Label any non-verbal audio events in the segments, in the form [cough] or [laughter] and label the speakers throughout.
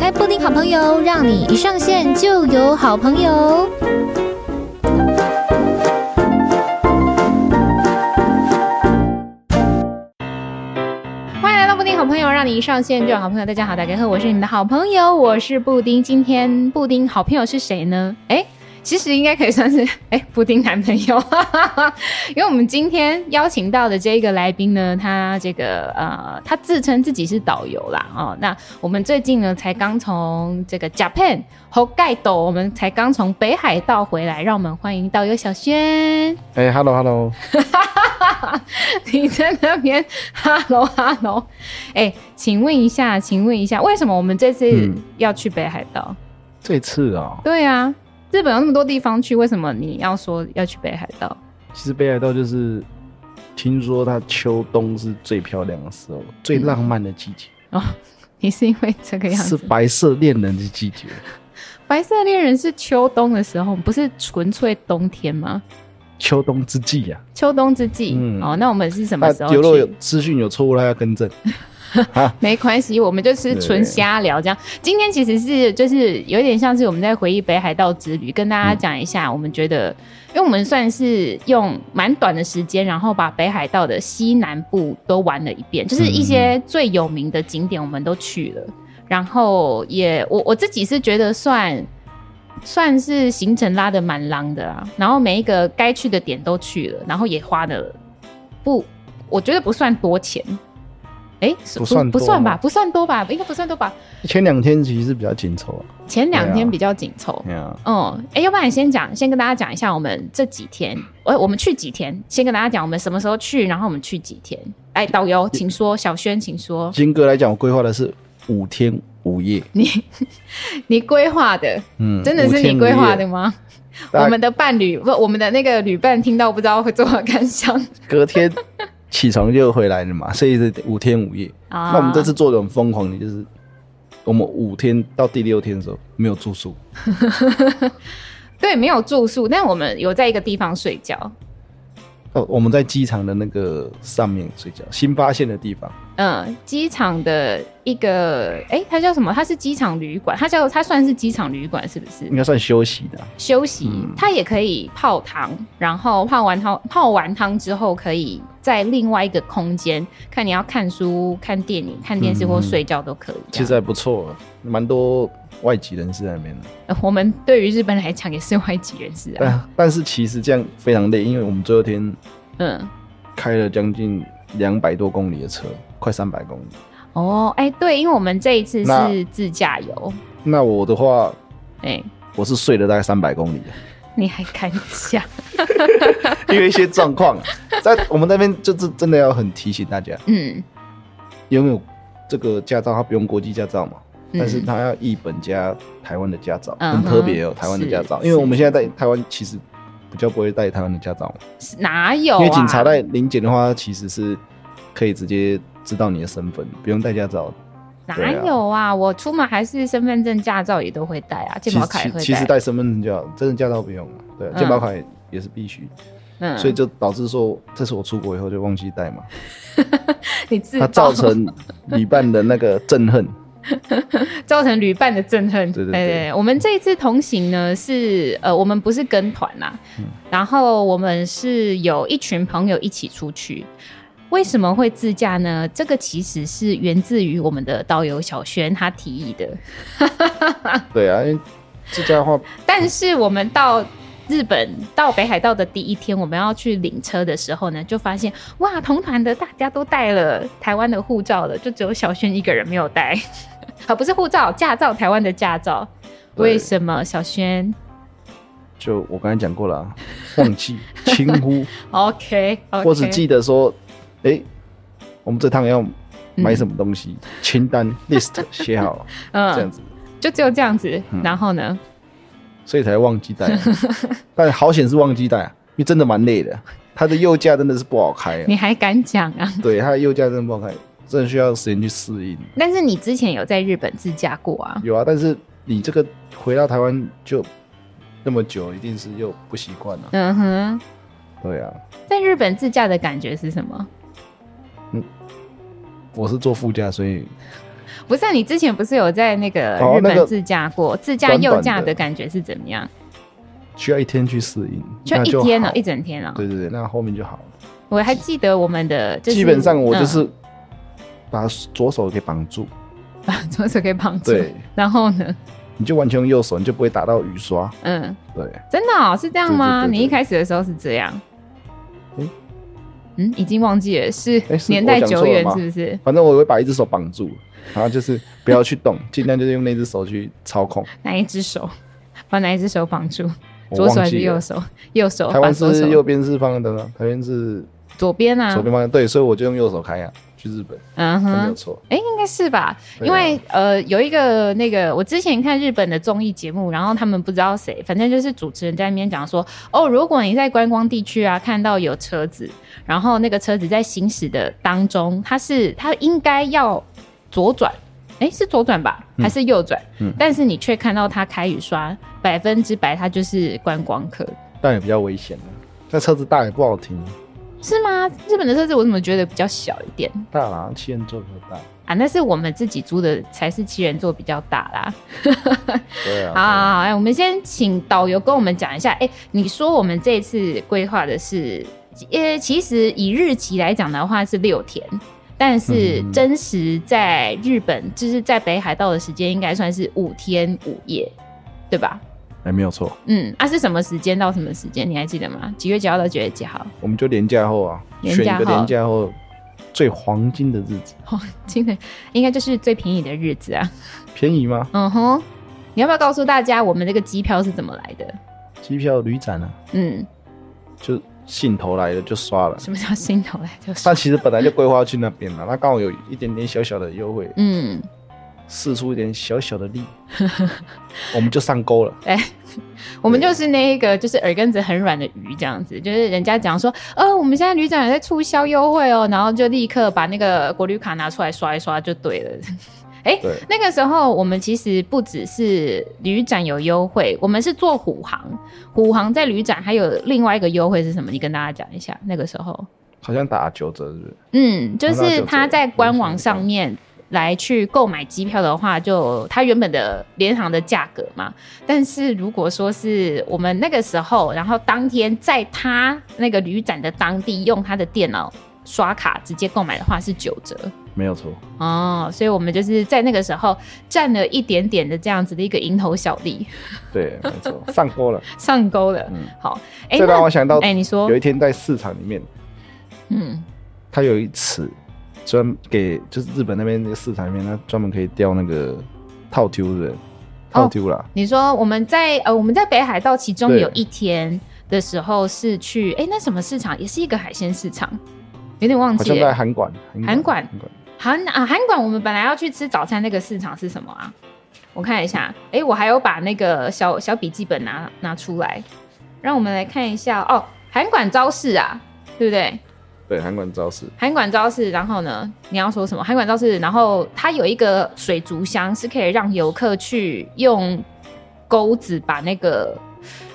Speaker 1: 开布丁好朋友，让你一上线就有好朋友。欢迎来到布丁好朋友，让你一上线就有好朋友。大家好，大家好，我是你们的好朋友，我是布丁。今天布丁好朋友是谁呢？哎，其实应该可以算是哎布丁男朋友， [laughs] 因为我们今天邀请到的这一个来宾呢，他这个呃，他自称自己是导游啦哦。那我们最近呢，才刚从这个 Japan 和盖斗，我们才刚从北海道回来，让我们欢迎导游小轩。
Speaker 2: 哎、h e l l o Hello，
Speaker 1: 你在那边 [laughs] 哈喽哈喽，哎、请问一下，请问一下，为什么我们这次
Speaker 2: 嗯
Speaker 1: 要去北海道？
Speaker 2: 这次啊、
Speaker 1: 对啊，日本有那么多地方去，为什么你要说要去北海道？
Speaker 2: 其实北海道就是听说它秋冬是最漂亮的时候，最浪漫的季节，
Speaker 1: 你是因为嗯这个样
Speaker 2: 是
Speaker 1: 子？
Speaker 2: 白色恋人的季节。
Speaker 1: 白色恋人是秋冬的时候，不是纯粹冬天吗？
Speaker 2: 秋冬之际呀、
Speaker 1: 秋冬之际、
Speaker 2: 嗯
Speaker 1: 哦，那我们是什么
Speaker 2: 那
Speaker 1: 时候
Speaker 2: 有若有
Speaker 1: 去？
Speaker 2: 资讯有错误，他要更正。
Speaker 1: 没关系，我们就是纯瞎聊这样。今天其实是就是有点像是我们在回忆北海道之旅，跟大家讲一下，我们觉得，因为我们算是用蛮短的时间，然后把北海道的西南部都玩了一遍，就是一些最有名的景点我们都去了，然后也我我自己是觉得算。算是行程拉的蛮浪的啊，然后每一个该去的点都去了，然后也花的不，我觉得不算多钱，哎、是
Speaker 2: 不算
Speaker 1: 不
Speaker 2: 多
Speaker 1: 算
Speaker 2: 吗
Speaker 1: 吧，不算多吧，应该不算多吧。
Speaker 2: 前两天其实是比较紧凑啊，
Speaker 1: 前两
Speaker 2: 对
Speaker 1: 天
Speaker 2: 啊
Speaker 1: 比较紧凑，
Speaker 2: 哎呀，
Speaker 1: 嗯，哎、要不然先讲，先跟大家讲一下我们这几天，哎、我们去几天，先跟大家讲我们什么时候去，然后我们去几天。哎、导游，请说，小轩，请说，
Speaker 2: 金哥来讲，我规划的是五天五夜，
Speaker 1: 你规划的
Speaker 2: 嗯，
Speaker 1: 真的是你规划的
Speaker 2: 五天五夜。
Speaker 1: 吗？
Speaker 2: 大
Speaker 1: 我们的伴侣不，我们的那个旅伴听到不知道会作何感想
Speaker 2: 隔天起床就回来了嘛， [laughs] 所以是五天五夜。
Speaker 1: 啊
Speaker 2: 那我们这次做的很疯狂的，就是我们五天到第六天的时候没有住宿，
Speaker 1: 对没有住宿，但我们有在一个地方睡觉，
Speaker 2: 哦，我们在机场的那个上面睡觉，新发现的地方，
Speaker 1: 嗯，机场的一个，哎、它叫什么？它是机场旅馆，它叫它算是机场旅馆，是不是
Speaker 2: 应？该算休息的啊、
Speaker 1: 休息
Speaker 2: 嗯，
Speaker 1: 它也可以泡汤，然后泡完汤泡完汤之后，可以在另外一个空间看你要看书、看电影、看电视
Speaker 2: 嗯
Speaker 1: 或睡觉都可以这
Speaker 2: 其
Speaker 1: 样。
Speaker 2: 实还不错，啊蛮多外籍人士在那边的。
Speaker 1: 呃我们对于日本来讲也是外籍人士啊，
Speaker 2: 但但是其实这样非常累，因为我们最后一天
Speaker 1: 嗯，
Speaker 2: 开了将近两百多公里的车，快三百公里。
Speaker 1: 哦，哎、对，因为我们这一次
Speaker 2: 那
Speaker 1: 是自驾游，
Speaker 2: 那我的话，
Speaker 1: 哎、
Speaker 2: 我是睡了大概三百公里啊，
Speaker 1: 你还敢讲？
Speaker 2: 因为一些状况，在我们那边就是真的要很提醒大家，
Speaker 1: 嗯，
Speaker 2: 因为这个驾照它不用国际驾照嘛，
Speaker 1: 嗯
Speaker 2: 但是它要一本加台湾的驾照，
Speaker 1: 嗯
Speaker 2: 很特别哦，
Speaker 1: 哼
Speaker 2: 台湾的驾照，
Speaker 1: 是
Speaker 2: 因为我们现在在台湾其实比较不会带台湾的驾照嘛，
Speaker 1: 哪有、啊？
Speaker 2: 因为警察在临检的话，其实是可以直接知道你的身
Speaker 1: 嗯
Speaker 2: 份，不用带驾照。
Speaker 1: 哪
Speaker 2: 对啊
Speaker 1: 有啊？我出门还是身份证、驾照也都会带啊，
Speaker 2: 其
Speaker 1: 健
Speaker 2: 实
Speaker 1: 保卡也
Speaker 2: 其
Speaker 1: 会
Speaker 2: 其实
Speaker 1: 带。
Speaker 2: 带身份证就好，真的驾照不用了，对啊，
Speaker 1: 嗯
Speaker 2: 健保卡也也是必须，
Speaker 1: 嗯，
Speaker 2: 所以就导致说，这次我出国以后就忘记带嘛，
Speaker 1: 你自
Speaker 2: 它
Speaker 1: 爆
Speaker 2: 造成旅伴的那个憎恨。
Speaker 1: [laughs] 造成旅伴的憎恨。
Speaker 2: 对对对
Speaker 1: 我们这一次同行呢是呃，我们不是跟团啦、
Speaker 2: 嗯
Speaker 1: 然后我们是有一群朋友一起出去。为什么会自驾呢？这个其实是源自于我们的导游小轩他提议的。
Speaker 2: 对啊，因为自驾的话，
Speaker 1: 但是我们到日本到北海道的第一天，我们要去领车的时候呢，就发现哇，同团的大家都带了台湾的护照了，就只有小轩一个人没有带， [laughs] 啊，不是护照，驾照，台湾的驾照。
Speaker 2: 对
Speaker 1: 为什
Speaker 2: 嗯
Speaker 1: 么小轩
Speaker 2: 就我刚才讲过了啊，
Speaker 1: [laughs]
Speaker 2: 忘记轻忽，
Speaker 1: ？OK，, o k
Speaker 2: 我只记得说，哎、我们这趟要买什么东西，清单 list 写好，这
Speaker 1: [laughs]
Speaker 2: 样嗯
Speaker 1: 嗯，
Speaker 2: 子，
Speaker 1: 就只有这样子。然后呢，
Speaker 2: 所以才忘记带啊、 [laughs] 但好险是忘记带、啊，因为真的蛮累的，它的右架真的是不好开、
Speaker 1: [laughs]
Speaker 2: 啊，
Speaker 1: 你还敢讲啊？
Speaker 2: 对，它的右架真的不好开，真的需要时间去适应。
Speaker 1: 但是你之前有在日本自驾过啊？
Speaker 2: 有啊，但是你这个回到台湾就那么久，一定是又不习惯了。
Speaker 1: 嗯哼，
Speaker 2: 对啊，
Speaker 1: 在日本自驾的感觉是什么？
Speaker 2: 我是坐副驾，所以
Speaker 1: 不是啊、你之前不是有在那个
Speaker 2: 哦
Speaker 1: 日
Speaker 2: 那
Speaker 1: 本
Speaker 2: 个
Speaker 1: 自驾过？自驾
Speaker 2: 短短
Speaker 1: 右驾
Speaker 2: 的
Speaker 1: 的感觉是怎么样？
Speaker 2: 需要一天去适应，
Speaker 1: 就
Speaker 2: 那
Speaker 1: 一
Speaker 2: 就
Speaker 1: 天哦
Speaker 2: 好，
Speaker 1: 一整天哦。
Speaker 2: 对对对，那后面就好了。
Speaker 1: 我还记得我们的，就是
Speaker 2: 基本上我就
Speaker 1: 嗯
Speaker 2: 是把左手给绑住，
Speaker 1: 把左手给绑住，
Speaker 2: 对，
Speaker 1: 然后呢，
Speaker 2: 你就完全用右手，你就不会打到雨刷。
Speaker 1: 嗯，
Speaker 2: 对，
Speaker 1: 真的哦，是这样吗？
Speaker 2: 对对对对
Speaker 1: 你一开始的时候是这样？
Speaker 2: 诶
Speaker 1: 嗯，已经忘记了，是
Speaker 2: 诶是
Speaker 1: 年代久远
Speaker 2: 我讲错了吗
Speaker 1: 是不是？
Speaker 2: 反正我会把一只手绑住，然后就是不要去动，尽量就是用那只手去操控。
Speaker 1: 哪一只手？ [laughs] 把哪一只手绑住？
Speaker 2: 我
Speaker 1: 左手还
Speaker 2: 忘
Speaker 1: 是
Speaker 2: 记
Speaker 1: 右
Speaker 2: 了。
Speaker 1: 手？右手嗯
Speaker 2: 台
Speaker 1: 把
Speaker 2: 湾
Speaker 1: 左手
Speaker 2: 是，右边是方向灯啊，台湾是
Speaker 1: 左边啊
Speaker 2: 左，边方向对，所以我就用右手开啊，去日本
Speaker 1: 嗯
Speaker 2: 都没有
Speaker 1: 哼，
Speaker 2: 错。
Speaker 1: 哎，应该是吧？
Speaker 2: 对啊
Speaker 1: 因为呃，有一个那个，我之前看日本的综艺节目，然后他们不知道谁，反正就是主持人在那边讲说，哦，如果你在观光地区啊看到有车子，然后那个车子在行驶的当中，它是它应该要左转，哎，是左转吧，还是右转？
Speaker 2: 嗯
Speaker 1: 但是你却看到它开雨刷，百分之百它就是观光客，
Speaker 2: 但也比较危险啊，那车子大也不好停，
Speaker 1: 是吗？日本的车子我怎么觉得比较小一点
Speaker 2: 大啦，七人座比较大。
Speaker 1: 啊？那是我们自己租的，才是七人座比较大啦。
Speaker 2: 对啊，
Speaker 1: 好好好，哎，我们先请导游跟我们讲一下。哎、你说我们这一次规划的是，呃，其实以日期来讲的话是六天，但是
Speaker 2: 嗯
Speaker 1: 真实在日本，就是在北海道的时间应该算是五天五夜，对吧？
Speaker 2: 哎、没有错，
Speaker 1: 嗯，啊，是什么时间到什么时间？你还记得吗？几月几号到几月几号？
Speaker 2: 我们就廉价后啊，
Speaker 1: 连
Speaker 2: 选
Speaker 1: 假
Speaker 2: 一个
Speaker 1: 后
Speaker 2: 廉价后最黄金的日子，
Speaker 1: 今天应该就是最便宜的日子啊。
Speaker 2: 便宜吗？
Speaker 1: 嗯哼，你要不要告诉大家我们这个机票是怎么来的？
Speaker 2: 机票旅展啊，
Speaker 1: 嗯，
Speaker 2: 就兴头来了就刷了。
Speaker 1: 什么叫心头来就是
Speaker 2: 但？其实本来就规划去那边了，那刚好有一点点小小的优惠，
Speaker 1: 嗯，
Speaker 2: 试出一点小
Speaker 1: [laughs]
Speaker 2: 小的力，我们就上钩了。
Speaker 1: 我们就是那一个，就是耳根子很软的鱼这样子，就是人家讲说，呃，我们现在旅展有在促销优惠哦，然后就立刻把那个国旅卡拿出来刷一刷就对了。 [laughs] 哎、
Speaker 2: 对
Speaker 1: 那个时候我们其实不只是旅展有优惠，我们是做虎航，虎航在旅展还有另外一个优惠是什么？你跟大家讲一下。那个时候，
Speaker 2: 好像打九折是不是？
Speaker 1: 嗯，就
Speaker 2: 好那
Speaker 1: 是
Speaker 2: 就
Speaker 1: 他
Speaker 2: 这
Speaker 1: 在
Speaker 2: 样
Speaker 1: 官
Speaker 2: 嗯
Speaker 1: 网
Speaker 2: 嗯
Speaker 1: 上面来去购买机票的话，就他原本的联航的价格嘛。但是如果说是我们那个时候，然后当天在他那个旅展的当地用他的电脑刷卡直接购买的话是九折
Speaker 2: 没有错，
Speaker 1: 哦，所以我们就是在那个时候占了一点点的这样子的一个蝇头小利，
Speaker 2: 对，没
Speaker 1: [laughs]
Speaker 2: 错，上钩了。
Speaker 1: 上钩了。
Speaker 2: 嗯
Speaker 1: 好，哎、
Speaker 2: 这让我
Speaker 1: 那
Speaker 2: 想到，
Speaker 1: 哎、你说
Speaker 2: 有，一天在市场里面，
Speaker 1: 嗯，
Speaker 2: 它有一次专给就是日本那边那个市场里面，它专门可以钓那个套丢的套丢啦。
Speaker 1: 你说我们在呃我们在北海道其中
Speaker 2: 对
Speaker 1: 有一天的时候是去哎、那什么市场也是一个海鲜市场，有点忘
Speaker 2: 好
Speaker 1: 记
Speaker 2: 像在
Speaker 1: 了。
Speaker 2: 韩馆，
Speaker 1: 韩馆
Speaker 2: 韩馆
Speaker 1: 韩啊韩馆我们本来要去吃早餐那个市场是什么啊？我看一下，哎、我还有把那个小小笔记本拿拿出来，让我们来看一下哦，韩馆招式啊，对不对？
Speaker 2: 对，韩馆招式，
Speaker 1: 韩馆招式，然后呢，你要说什么？韩馆招式，然后它有一个水族箱，是可以让游客去用钩子把那个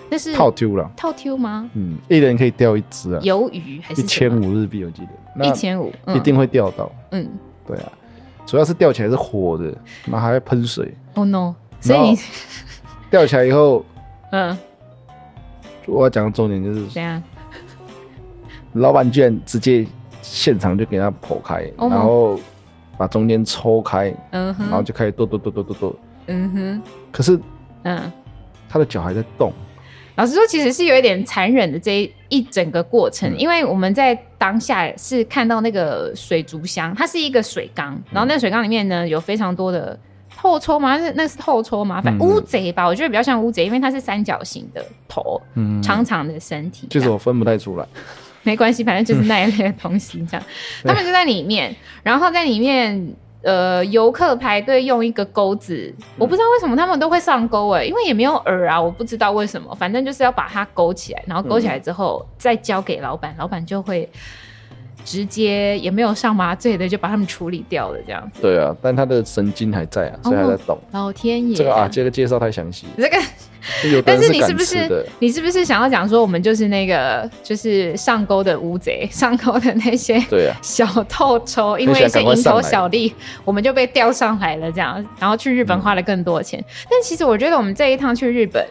Speaker 1: 那是
Speaker 2: 套丢啦。
Speaker 1: 套 Q 吗？
Speaker 2: 嗯，一人可以钓一只啊，
Speaker 1: 鱿鱼还是
Speaker 2: 一千
Speaker 1: 五？
Speaker 2: 五日币我记得，那
Speaker 1: 一千五，嗯
Speaker 2: 一定会钓到。
Speaker 1: 嗯
Speaker 2: 对啊，主要是钓起来是活的，然后还会喷水，
Speaker 1: ，Oh no！所以你
Speaker 2: 钓起来以后，
Speaker 1: [laughs] 嗯，
Speaker 2: 我要讲的重点就是
Speaker 1: 怎样？
Speaker 2: 老板居然直接现场就给它剖开，
Speaker 1: 哦
Speaker 2: 然后把中间抽开，
Speaker 1: 嗯
Speaker 2: 然后
Speaker 1: 哼，
Speaker 2: 就开始剁剁剁剁剁剁。
Speaker 1: 嗯哼，
Speaker 2: 可是
Speaker 1: 嗯。
Speaker 2: 他的脚还在动，
Speaker 1: 老实说，其实是有一点残忍的这一一整个过程，
Speaker 2: 嗯
Speaker 1: 因为我们在当下是看到那个水族箱，它是一个水缸，
Speaker 2: 嗯
Speaker 1: 然后那个水缸里面呢有非常多的透抽吗？那那是透抽吗？反正
Speaker 2: 嗯
Speaker 1: 乌贼吧，我觉得比较像乌贼，因为它是三角形的头，
Speaker 2: 嗯，
Speaker 1: 长长的身体，
Speaker 2: 就是我分不太出来。
Speaker 1: 没关系，反正就是那一类的东西这样。 [laughs] 他们就在里面，然后在里面，呃，游客排队用一个钩子，我不知道为什么他们都会上钩哎、因为也没有饵啊，我不知道为什么，反正就是要把它勾起来，然后勾起来之后、再交给老板，老板就会直接也没有上麻醉的就把他们处理掉了这样子。
Speaker 2: 对啊，但他的神经还在啊，所以还在
Speaker 1: 哦
Speaker 2: 动。
Speaker 1: 老天爷、
Speaker 2: 这个啊，这个介绍太详细，
Speaker 1: 这个，啊
Speaker 2: 就有的
Speaker 1: 但
Speaker 2: 人
Speaker 1: 你是
Speaker 2: 敢
Speaker 1: 不
Speaker 2: 吃
Speaker 1: 是
Speaker 2: 的，
Speaker 1: 你是不是想要讲说我们就是那个就是上钩的乌贼，上钩的那些
Speaker 2: 对啊，
Speaker 1: 小透
Speaker 2: [laughs]
Speaker 1: 抽，因为一些蝇头小利，我们就被钓上来了，这样，然后去日本花了更多钱。
Speaker 2: 嗯
Speaker 1: 但其实我觉得我们这一趟去日本，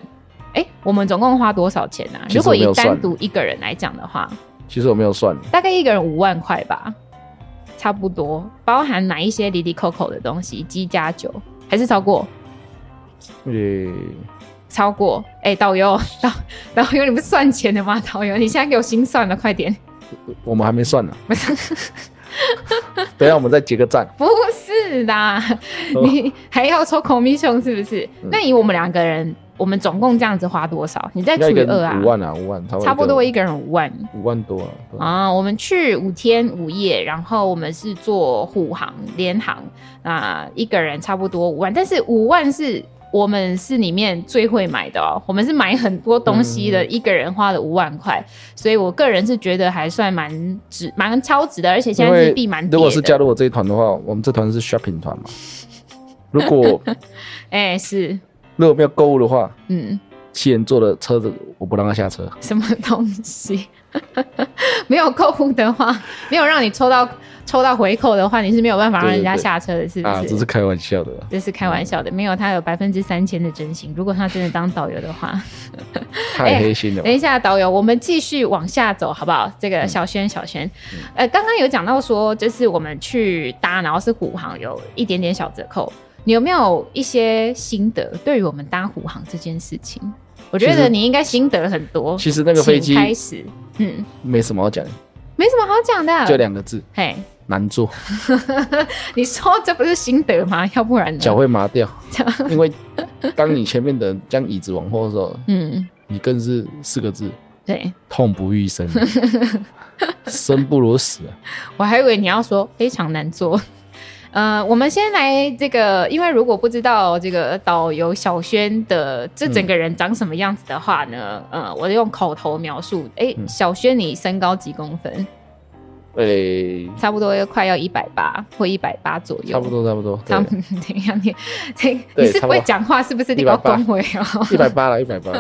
Speaker 1: 哎、我们总共花多少钱啊？
Speaker 2: 其实
Speaker 1: 如果
Speaker 2: 我没
Speaker 1: 以
Speaker 2: 有算
Speaker 1: 单独一个人来讲的话，
Speaker 2: 其实我没有算，
Speaker 1: 大概一个人五万块吧，差不多，包含买一些离离扣扣的东西，鸡加酒还是超过。
Speaker 2: 也
Speaker 1: 超过哎、导游导导游，你不是算钱的吗？导游，你现在给我心算了，快点！
Speaker 2: 我们还没
Speaker 1: [laughs]
Speaker 2: 算呢。等一下我们再结个账，
Speaker 1: 不是啦，
Speaker 2: 哦嗯
Speaker 1: 你还要抽 commission 是不是？那以我们两个人，我们总共这样子花多少？你再
Speaker 2: 应该
Speaker 1: 除
Speaker 2: 一
Speaker 1: 以
Speaker 2: 个
Speaker 1: 二啊
Speaker 2: 人五，万啊，五万，
Speaker 1: 差不多
Speaker 2: 一
Speaker 1: 一个人五万
Speaker 2: 个人五万多啊。对啊
Speaker 1: 啊。我们去五天五夜，然后我们是坐护航联航，那一个人差不多五万，但是五万是。我们是里面最会买的哦，我们是买很多东西的，
Speaker 2: 嗯
Speaker 1: 一个人花了五万块，所以我个人是觉得还算蛮值、蛮超值的，而且现
Speaker 2: 因
Speaker 1: 在日
Speaker 2: 为
Speaker 1: 币蛮跌的。
Speaker 2: 如果是加入我这一团的话，我们这团是 shopping 团嘛。 [laughs] 如果
Speaker 1: 哎、是，
Speaker 2: 如果没有购物的话，
Speaker 1: 嗯，
Speaker 2: 七人坐的车子我不让他下车，
Speaker 1: 什么东西？ [laughs] 没有购物的话，没有让你抽到抽到回扣的话，你是没有办法让人家
Speaker 2: 对对对
Speaker 1: 下车的，是不
Speaker 2: 啊，
Speaker 1: 是？
Speaker 2: 只是开玩笑的啊。
Speaker 1: 这是开玩笑的，没有他有百分之三千的真心。如果他真的当导游的话，
Speaker 2: 太黑心了吧。
Speaker 1: 等一下，导游，我们继续往下走，好不好？这
Speaker 2: 嗯
Speaker 1: 个小轩，小轩，呃，刚刚有讲到说，就是我们去搭，然后是虎航有一点点小折扣，你有没有一些心得？对于我们搭虎航这件事情，我觉
Speaker 2: 其
Speaker 1: 得
Speaker 2: 实
Speaker 1: 你应该心得很多。
Speaker 2: 其实那个飞机
Speaker 1: 请开始，嗯，
Speaker 2: 没什么好讲，
Speaker 1: 没什么好讲的，
Speaker 2: 就两个字，
Speaker 1: 嘿， [laughs]
Speaker 2: 难做，
Speaker 1: 你说这不是心得吗？ [laughs] 要不然呢？
Speaker 2: 脚会麻掉。
Speaker 1: [laughs]
Speaker 2: 因为当你前面的人将椅子往后的时候，
Speaker 1: 嗯，
Speaker 2: 你更是四个字，
Speaker 1: 对，
Speaker 2: 痛不欲生， [laughs] 生不如死啊。
Speaker 1: 我还以为你要说非常难做。 [laughs] 呃，我们先来这个，因为如果不知道这个导游小轩的这整个人长什么样子的话呢，呃，我用口头描述。哎、
Speaker 2: 嗯
Speaker 1: 小轩你身高几公分？哎
Speaker 2: 诶、
Speaker 1: 差不多要快要一百八或一百八左右。
Speaker 2: 差不。多，差不多，
Speaker 1: 差不多， [laughs] 等一下你，这
Speaker 2: 对
Speaker 1: 你是不会
Speaker 2: 差不多
Speaker 1: 讲话是不是？你搞
Speaker 2: 180
Speaker 1: 恭维哦。
Speaker 2: 一百八
Speaker 1: [laughs]
Speaker 2: 了，一百八，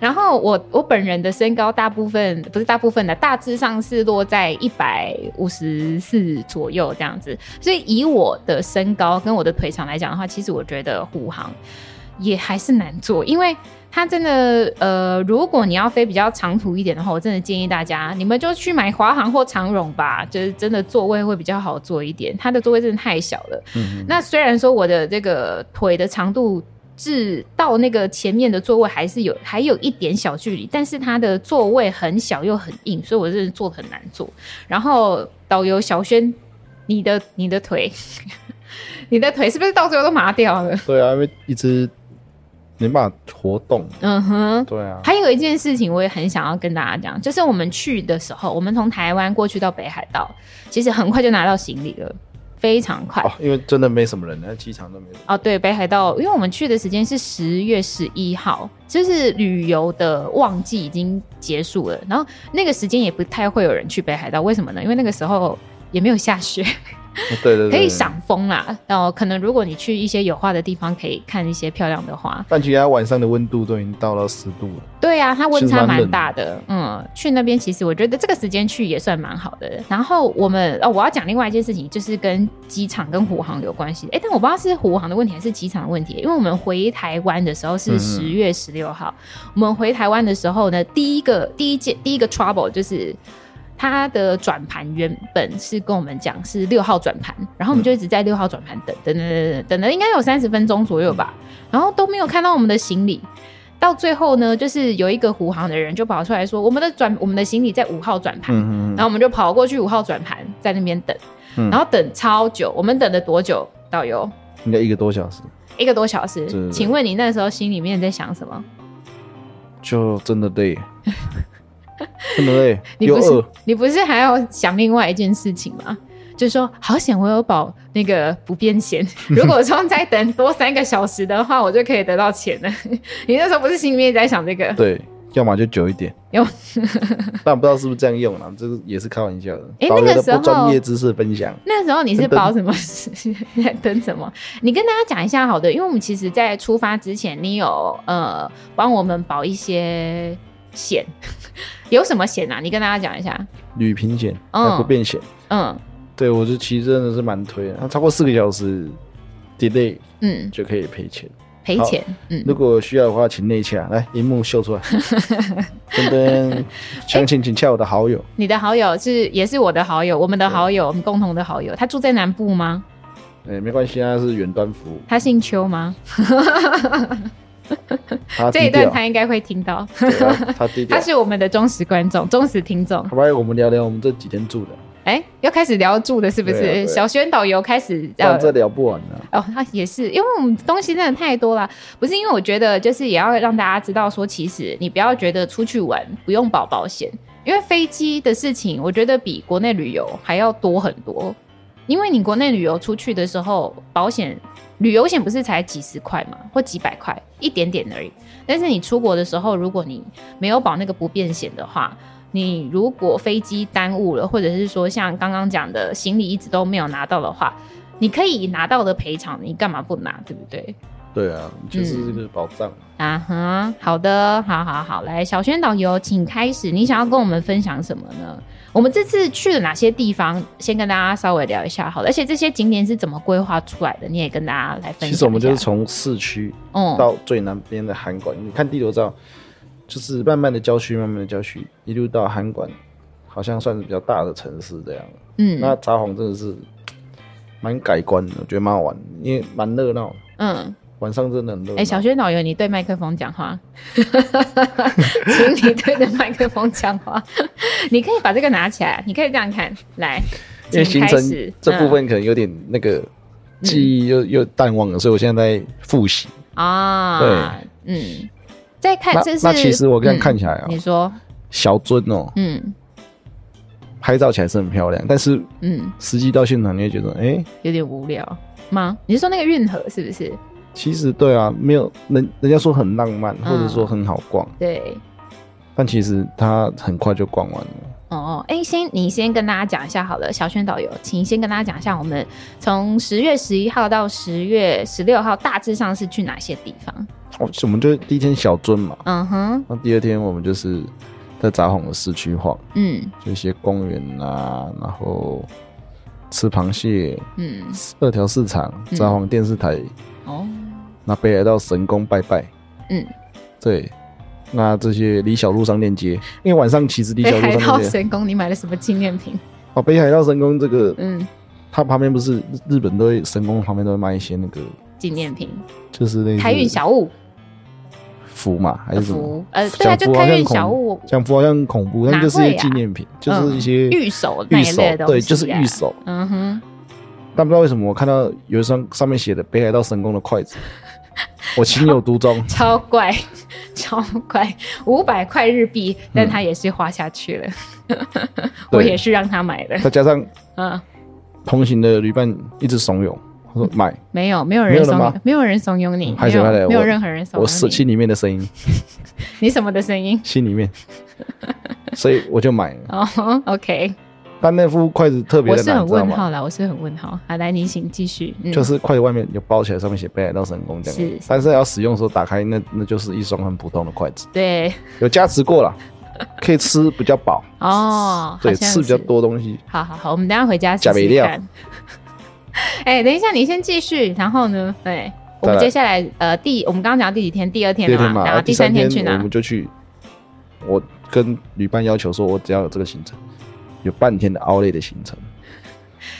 Speaker 1: 然后我我本人的身高大部分不是大部分的，大致上是落在一百五十四左右这样子。所以以我的身高跟我的腿长来讲的话，其实我觉得护航也还是难做，因为它真的呃，如果你要飞比较长途一点的话，我真的建议大家你们就去买华航或长荣吧，就是真的座位会比较好坐一点，它的座位真的太小了。
Speaker 2: 嗯
Speaker 1: 那虽然说我的这个腿的长度至到那个前面的座位还是有还有一点小距离，但是它的座位很小又很硬，所以我真的坐得很难坐。然后导游小轩，你的你的腿， [laughs] 你的腿是不是到最后都麻掉了？
Speaker 2: 对啊，因为一直没办法活动，
Speaker 1: 嗯哼。
Speaker 2: 对啊，
Speaker 1: 还有一件事情，我也很想要跟大家讲，就是我们去的时候，我们从台湾过去到北海道，其实很快就拿到行李了，非常快。
Speaker 2: 哦，因为真的没什么人，那机场都没人，
Speaker 1: 哦，对，北海道，因为我们去的时间是十月十一号，就是旅游的旺季已经结束了，然后那个时间也不太会有人去北海道，为什么呢？因为那个时候也没有下雪，
Speaker 2: 对对对，
Speaker 1: 可以。赏枫啦。然后可能如果你去一些有花的地方，可以看一些漂亮的花。
Speaker 2: 但其实它晚上的温度都已经到了十度了，
Speaker 1: 对啊，它温
Speaker 2: 其实
Speaker 1: 差
Speaker 2: 蛮
Speaker 1: 蛮
Speaker 2: 冷
Speaker 1: 大的。嗯，去那边其实我觉得这个时间去也算蛮好的。然后我们哦，我要讲另外一件事情，就是跟机场跟虎航有关系。哎，但我不知道是虎航的问题还是机场的问题，因为我们回台湾的时候
Speaker 2: 嗯
Speaker 1: 是
Speaker 2: 嗯
Speaker 1: 十月十六号，我们回台湾的时候呢，第一个第一件第一个 trouble 就是。它的转盘原本是跟我们讲是六号转盘，然后我们就一直在六号转盘等等等等等等了，应该有三十分钟左右吧，然后都没有看到我们的行李，到最后呢，就是有一个护航的人就跑出来说，我们的转我们的行李在五号转盘，
Speaker 2: 嗯
Speaker 1: 然后我们就跑过去五号转盘，在那边等，
Speaker 2: 嗯
Speaker 1: 然后等超久，我们等了多久？导游
Speaker 2: 应该一个多小时，
Speaker 1: 一个多小时
Speaker 2: 对对。对
Speaker 1: 请问你那时候心里面在想什么？
Speaker 2: 就真的
Speaker 1: [laughs]
Speaker 2: 累，真的累，
Speaker 1: 你
Speaker 2: 又
Speaker 1: 不是
Speaker 2: 饿，
Speaker 1: 你不是还要想另外一件事情吗？就是说，好险我有保那个不变险。如果说再 [laughs] 等多三个小时的话，我就可以得到钱了。你那时候不是心里面在想这个？
Speaker 2: 对，要么就久一点，
Speaker 1: 有
Speaker 2: 但不知道是不是这样用啦，这个也是开玩笑的。
Speaker 1: 诶
Speaker 2: 少了
Speaker 1: 那个
Speaker 2: 的
Speaker 1: 时候
Speaker 2: 不专业知识分享，
Speaker 1: 那时候你是保什么？ [laughs] 在等什么？你跟大家讲一下好的，因为我们其实，在出发之前，你有呃帮我们保一些险， [laughs] 有什么险啊？你跟大家讲一下。
Speaker 2: 旅平险、
Speaker 1: 嗯
Speaker 2: 还不便险，
Speaker 1: 嗯
Speaker 2: 对我就骑真的是蛮推的，它超过四个小时 delay
Speaker 1: 嗯，
Speaker 2: 就可以赔钱。
Speaker 1: 赔钱。嗯，
Speaker 2: 如果需要的话，请内洽，来荧幕
Speaker 1: [laughs]
Speaker 2: 秀出来。噔噔，详情请洽我的好友。
Speaker 1: 你的好友是也是我的好友，我们的好友，我们共同的好友。他住在南部吗？
Speaker 2: 哎、没关系啊，是远端服务，
Speaker 1: 他姓邱吗？
Speaker 2: 他
Speaker 1: 这一
Speaker 2: 低
Speaker 1: 段
Speaker 2: 调，
Speaker 1: 他应该会听到，
Speaker 2: 对他他低调
Speaker 1: 他。是我们的忠实观众、忠实听众。
Speaker 2: 好吧，我们聊聊我们这几天住的，
Speaker 1: 哎、要开始聊住的，是不是？
Speaker 2: 对啊对啊
Speaker 1: 小轩导游开始呃
Speaker 2: 不然这聊不完啊了、
Speaker 1: 哦，那也是，因为我们东西真的太多了，不是因为我觉得，就是也要让大家知道说，其实你不要觉得出去玩不用保保险，因为飞机的事情，我觉得比国内旅游还要多很多。因为你国内旅游出去的时候，保险旅游险不是才几十块嘛，或几百块，一点点而已。但是你出国的时候，如果你没有保那个不便险的话，你如果飞机耽误了，或者是说像刚刚讲的行李一直都没有拿到的话，你可以拿到的赔偿，你干嘛不拿，对不对？
Speaker 2: 对啊，就是这个宝藏。
Speaker 1: 啊哈，好的，好好好，来，小轩导游，请开始，你想要跟我们分享什么呢？我们这次去了哪些地方？先跟大家稍微聊一下好了，而且这些景点是怎么规划出来的，你也跟大家来分享一下。
Speaker 2: 其实我们就是从市区
Speaker 1: 嗯
Speaker 2: 到最南边的韩馆，你看地图知道，就是慢慢的郊区，慢慢的郊区，一路到韩馆，好像算是比较大的城市这样。那
Speaker 1: 嗯
Speaker 2: 札幌真的是蛮改观的，我觉得蛮好玩，因为蛮热闹的，
Speaker 1: 嗯，
Speaker 2: 晚上真的很热
Speaker 1: 哎、
Speaker 2: 闹。
Speaker 1: 小轩导游，你对麦克风讲
Speaker 2: [laughs]
Speaker 1: 话，请你对着麦克风讲话。你可以把这个拿起来，你可以这样看，来，
Speaker 2: 因为
Speaker 1: 请
Speaker 2: 行
Speaker 1: 开
Speaker 2: 程
Speaker 1: 始嗯
Speaker 2: 这部分可能有点那个记忆又又淡忘了，所以我现在在复习。
Speaker 1: 嗯啊，对，嗯，再看
Speaker 2: 那
Speaker 1: 这是
Speaker 2: 那其实我这样看起来啊
Speaker 1: 嗯，你说，
Speaker 2: 小樽哦，
Speaker 1: 嗯
Speaker 2: 拍照起来是很漂亮，但是
Speaker 1: 嗯，
Speaker 2: 实际到现场你会觉得，哎、
Speaker 1: 有点无聊吗？你是说那个运河是不是？
Speaker 2: 其实对啊，没有人人家说很浪漫，
Speaker 1: 嗯
Speaker 2: 或者说很好逛，
Speaker 1: 对，
Speaker 2: 但其实它很快就逛完了。
Speaker 1: 哦，哎，先你先跟大家讲一下好了，小轩导游，请先跟大家讲一下，我们从十月十一号到十月十六号，大致上是去哪些地方？
Speaker 2: 哦，我们就第一天小樽嘛，
Speaker 1: 嗯哼，
Speaker 2: 那第二天我们就是在札幌的市区晃，
Speaker 1: 嗯
Speaker 2: 就一些公园啊，然后吃螃蟹，
Speaker 1: 嗯，
Speaker 2: 二条市场，
Speaker 1: 嗯
Speaker 2: 札幌电视台，
Speaker 1: 哦，
Speaker 2: 那北海道神宫拜拜，
Speaker 1: 嗯，
Speaker 2: 对。那这些离小路商店街，因为晚上其实离小
Speaker 1: 北
Speaker 2: 路
Speaker 1: 海
Speaker 2: 商
Speaker 1: 道
Speaker 2: 店街
Speaker 1: 神宫，你买了什么纪念品？
Speaker 2: 哦，北海道神宫这个
Speaker 1: 嗯，
Speaker 2: 它旁边不是日本都会神宫旁边都会卖一些那个，
Speaker 1: 纪念品，
Speaker 2: 就是那
Speaker 1: 开运小物
Speaker 2: 符嘛，还
Speaker 1: 的
Speaker 2: 是什么？
Speaker 1: 符，呃，对啊，
Speaker 2: 小
Speaker 1: 就
Speaker 2: 符好
Speaker 1: 开
Speaker 2: 像
Speaker 1: 运
Speaker 2: 恐
Speaker 1: 小物，
Speaker 2: 讲符好像很恐怖，
Speaker 1: 哪
Speaker 2: 但就是一
Speaker 1: 会
Speaker 2: 些
Speaker 1: 啊
Speaker 2: 纪念品，就是一些
Speaker 1: 玉手那
Speaker 2: 玉
Speaker 1: 一
Speaker 2: 手
Speaker 1: 类的，东西啊
Speaker 2: 对，就是玉手。
Speaker 1: 嗯哼，。
Speaker 2: 但不知道为什么我看到有一双上面写的北海道神宫的筷子，我情有独钟
Speaker 1: [laughs] 超怪， [laughs] 超怪，五百块日币，但他也是花下去了，我
Speaker 2: 嗯对
Speaker 1: 也是让他买的，
Speaker 2: 再加上
Speaker 1: 嗯，
Speaker 2: 同行的旅伴一直怂恿，他说
Speaker 1: [laughs]
Speaker 2: 买，
Speaker 1: 没有，没有
Speaker 2: 没
Speaker 1: 人
Speaker 2: 有了
Speaker 1: 怂
Speaker 2: 吗
Speaker 1: 恿，没有人怂恿你，
Speaker 2: 还
Speaker 1: 没
Speaker 2: 是
Speaker 1: 有
Speaker 2: 还，得
Speaker 1: 没有
Speaker 2: 我
Speaker 1: 任何人怂
Speaker 2: 我
Speaker 1: 恿
Speaker 2: 是
Speaker 1: 你，
Speaker 2: 心里面的声音，
Speaker 1: 你什么的声音？
Speaker 2: 心里面，所以我就买了。
Speaker 1: 哦，OK，
Speaker 2: 但那副筷子特别
Speaker 1: 我
Speaker 2: 的
Speaker 1: 是
Speaker 2: 难，
Speaker 1: 很
Speaker 2: 你知道
Speaker 1: 问
Speaker 2: 吗？
Speaker 1: 号啦，我是很问号。好，来，你请继续，嗯，
Speaker 2: 就是筷子外面有包起来，上面写北海道神宫这样。
Speaker 1: 是是
Speaker 2: 但是要使用的时候打开，那那就是一双很普通的筷子，
Speaker 1: 对，
Speaker 2: 有加持
Speaker 1: [laughs]
Speaker 2: 过了，可以吃比较饱，
Speaker 1: 哦，
Speaker 2: 对，
Speaker 1: 好像
Speaker 2: 吃比较
Speaker 1: 是
Speaker 2: 多东西。
Speaker 1: 好好好，我们等一下回家试
Speaker 2: 假肥
Speaker 1: 试
Speaker 2: 料
Speaker 1: 看。 [laughs] 哎、等一下，你先继续，然后呢？对，我们
Speaker 2: 再来
Speaker 1: 接下来呃，第我们刚刚讲到第几天？第二天
Speaker 2: 第二
Speaker 1: 了
Speaker 2: 天
Speaker 1: 嘛，
Speaker 2: 嘛，
Speaker 1: 然
Speaker 2: 啊
Speaker 1: 后
Speaker 2: 第
Speaker 1: 第
Speaker 2: 三
Speaker 1: 三
Speaker 2: 天
Speaker 1: 去
Speaker 2: 我
Speaker 1: 哪
Speaker 2: 们？就去，我跟旅伴要求说，我只要有这个行程，有半天的 outlet 的行程。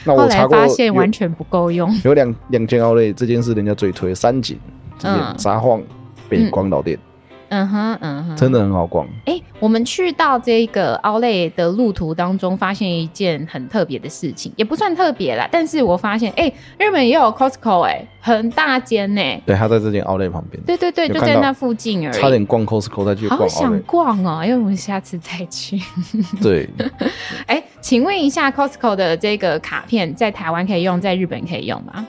Speaker 2: 那
Speaker 1: 后
Speaker 2: 我查
Speaker 1: 来
Speaker 2: 过
Speaker 1: 发现
Speaker 2: 有
Speaker 1: 完全不够用。 [laughs]
Speaker 2: 有两两间 outlet，这间是人家最推三井这
Speaker 1: 嗯
Speaker 2: 间札幌北广岛店，
Speaker 1: 嗯哼，嗯哼，
Speaker 2: 真。的很好逛。
Speaker 1: 哎、我们去到这个奥莱的路途当中，发现一件很特别的事情，也不算特别啦，但是我发现，哎、日本也有 Costco，哎、很大间呢、
Speaker 2: 对，它在这间 outlet 旁边，
Speaker 1: 对对对，
Speaker 2: 有
Speaker 1: 就
Speaker 2: 看
Speaker 1: 在
Speaker 2: 到
Speaker 1: 那附近而已。
Speaker 2: 差点逛 Costco 再去
Speaker 1: 好
Speaker 2: 逛
Speaker 1: 想
Speaker 2: outlet。
Speaker 1: 逛哦、因为我们下次再去。 [laughs]
Speaker 2: 对，
Speaker 1: 哎，请问一下，Costco 的这个卡片在台湾可以用，在日本可以用吗？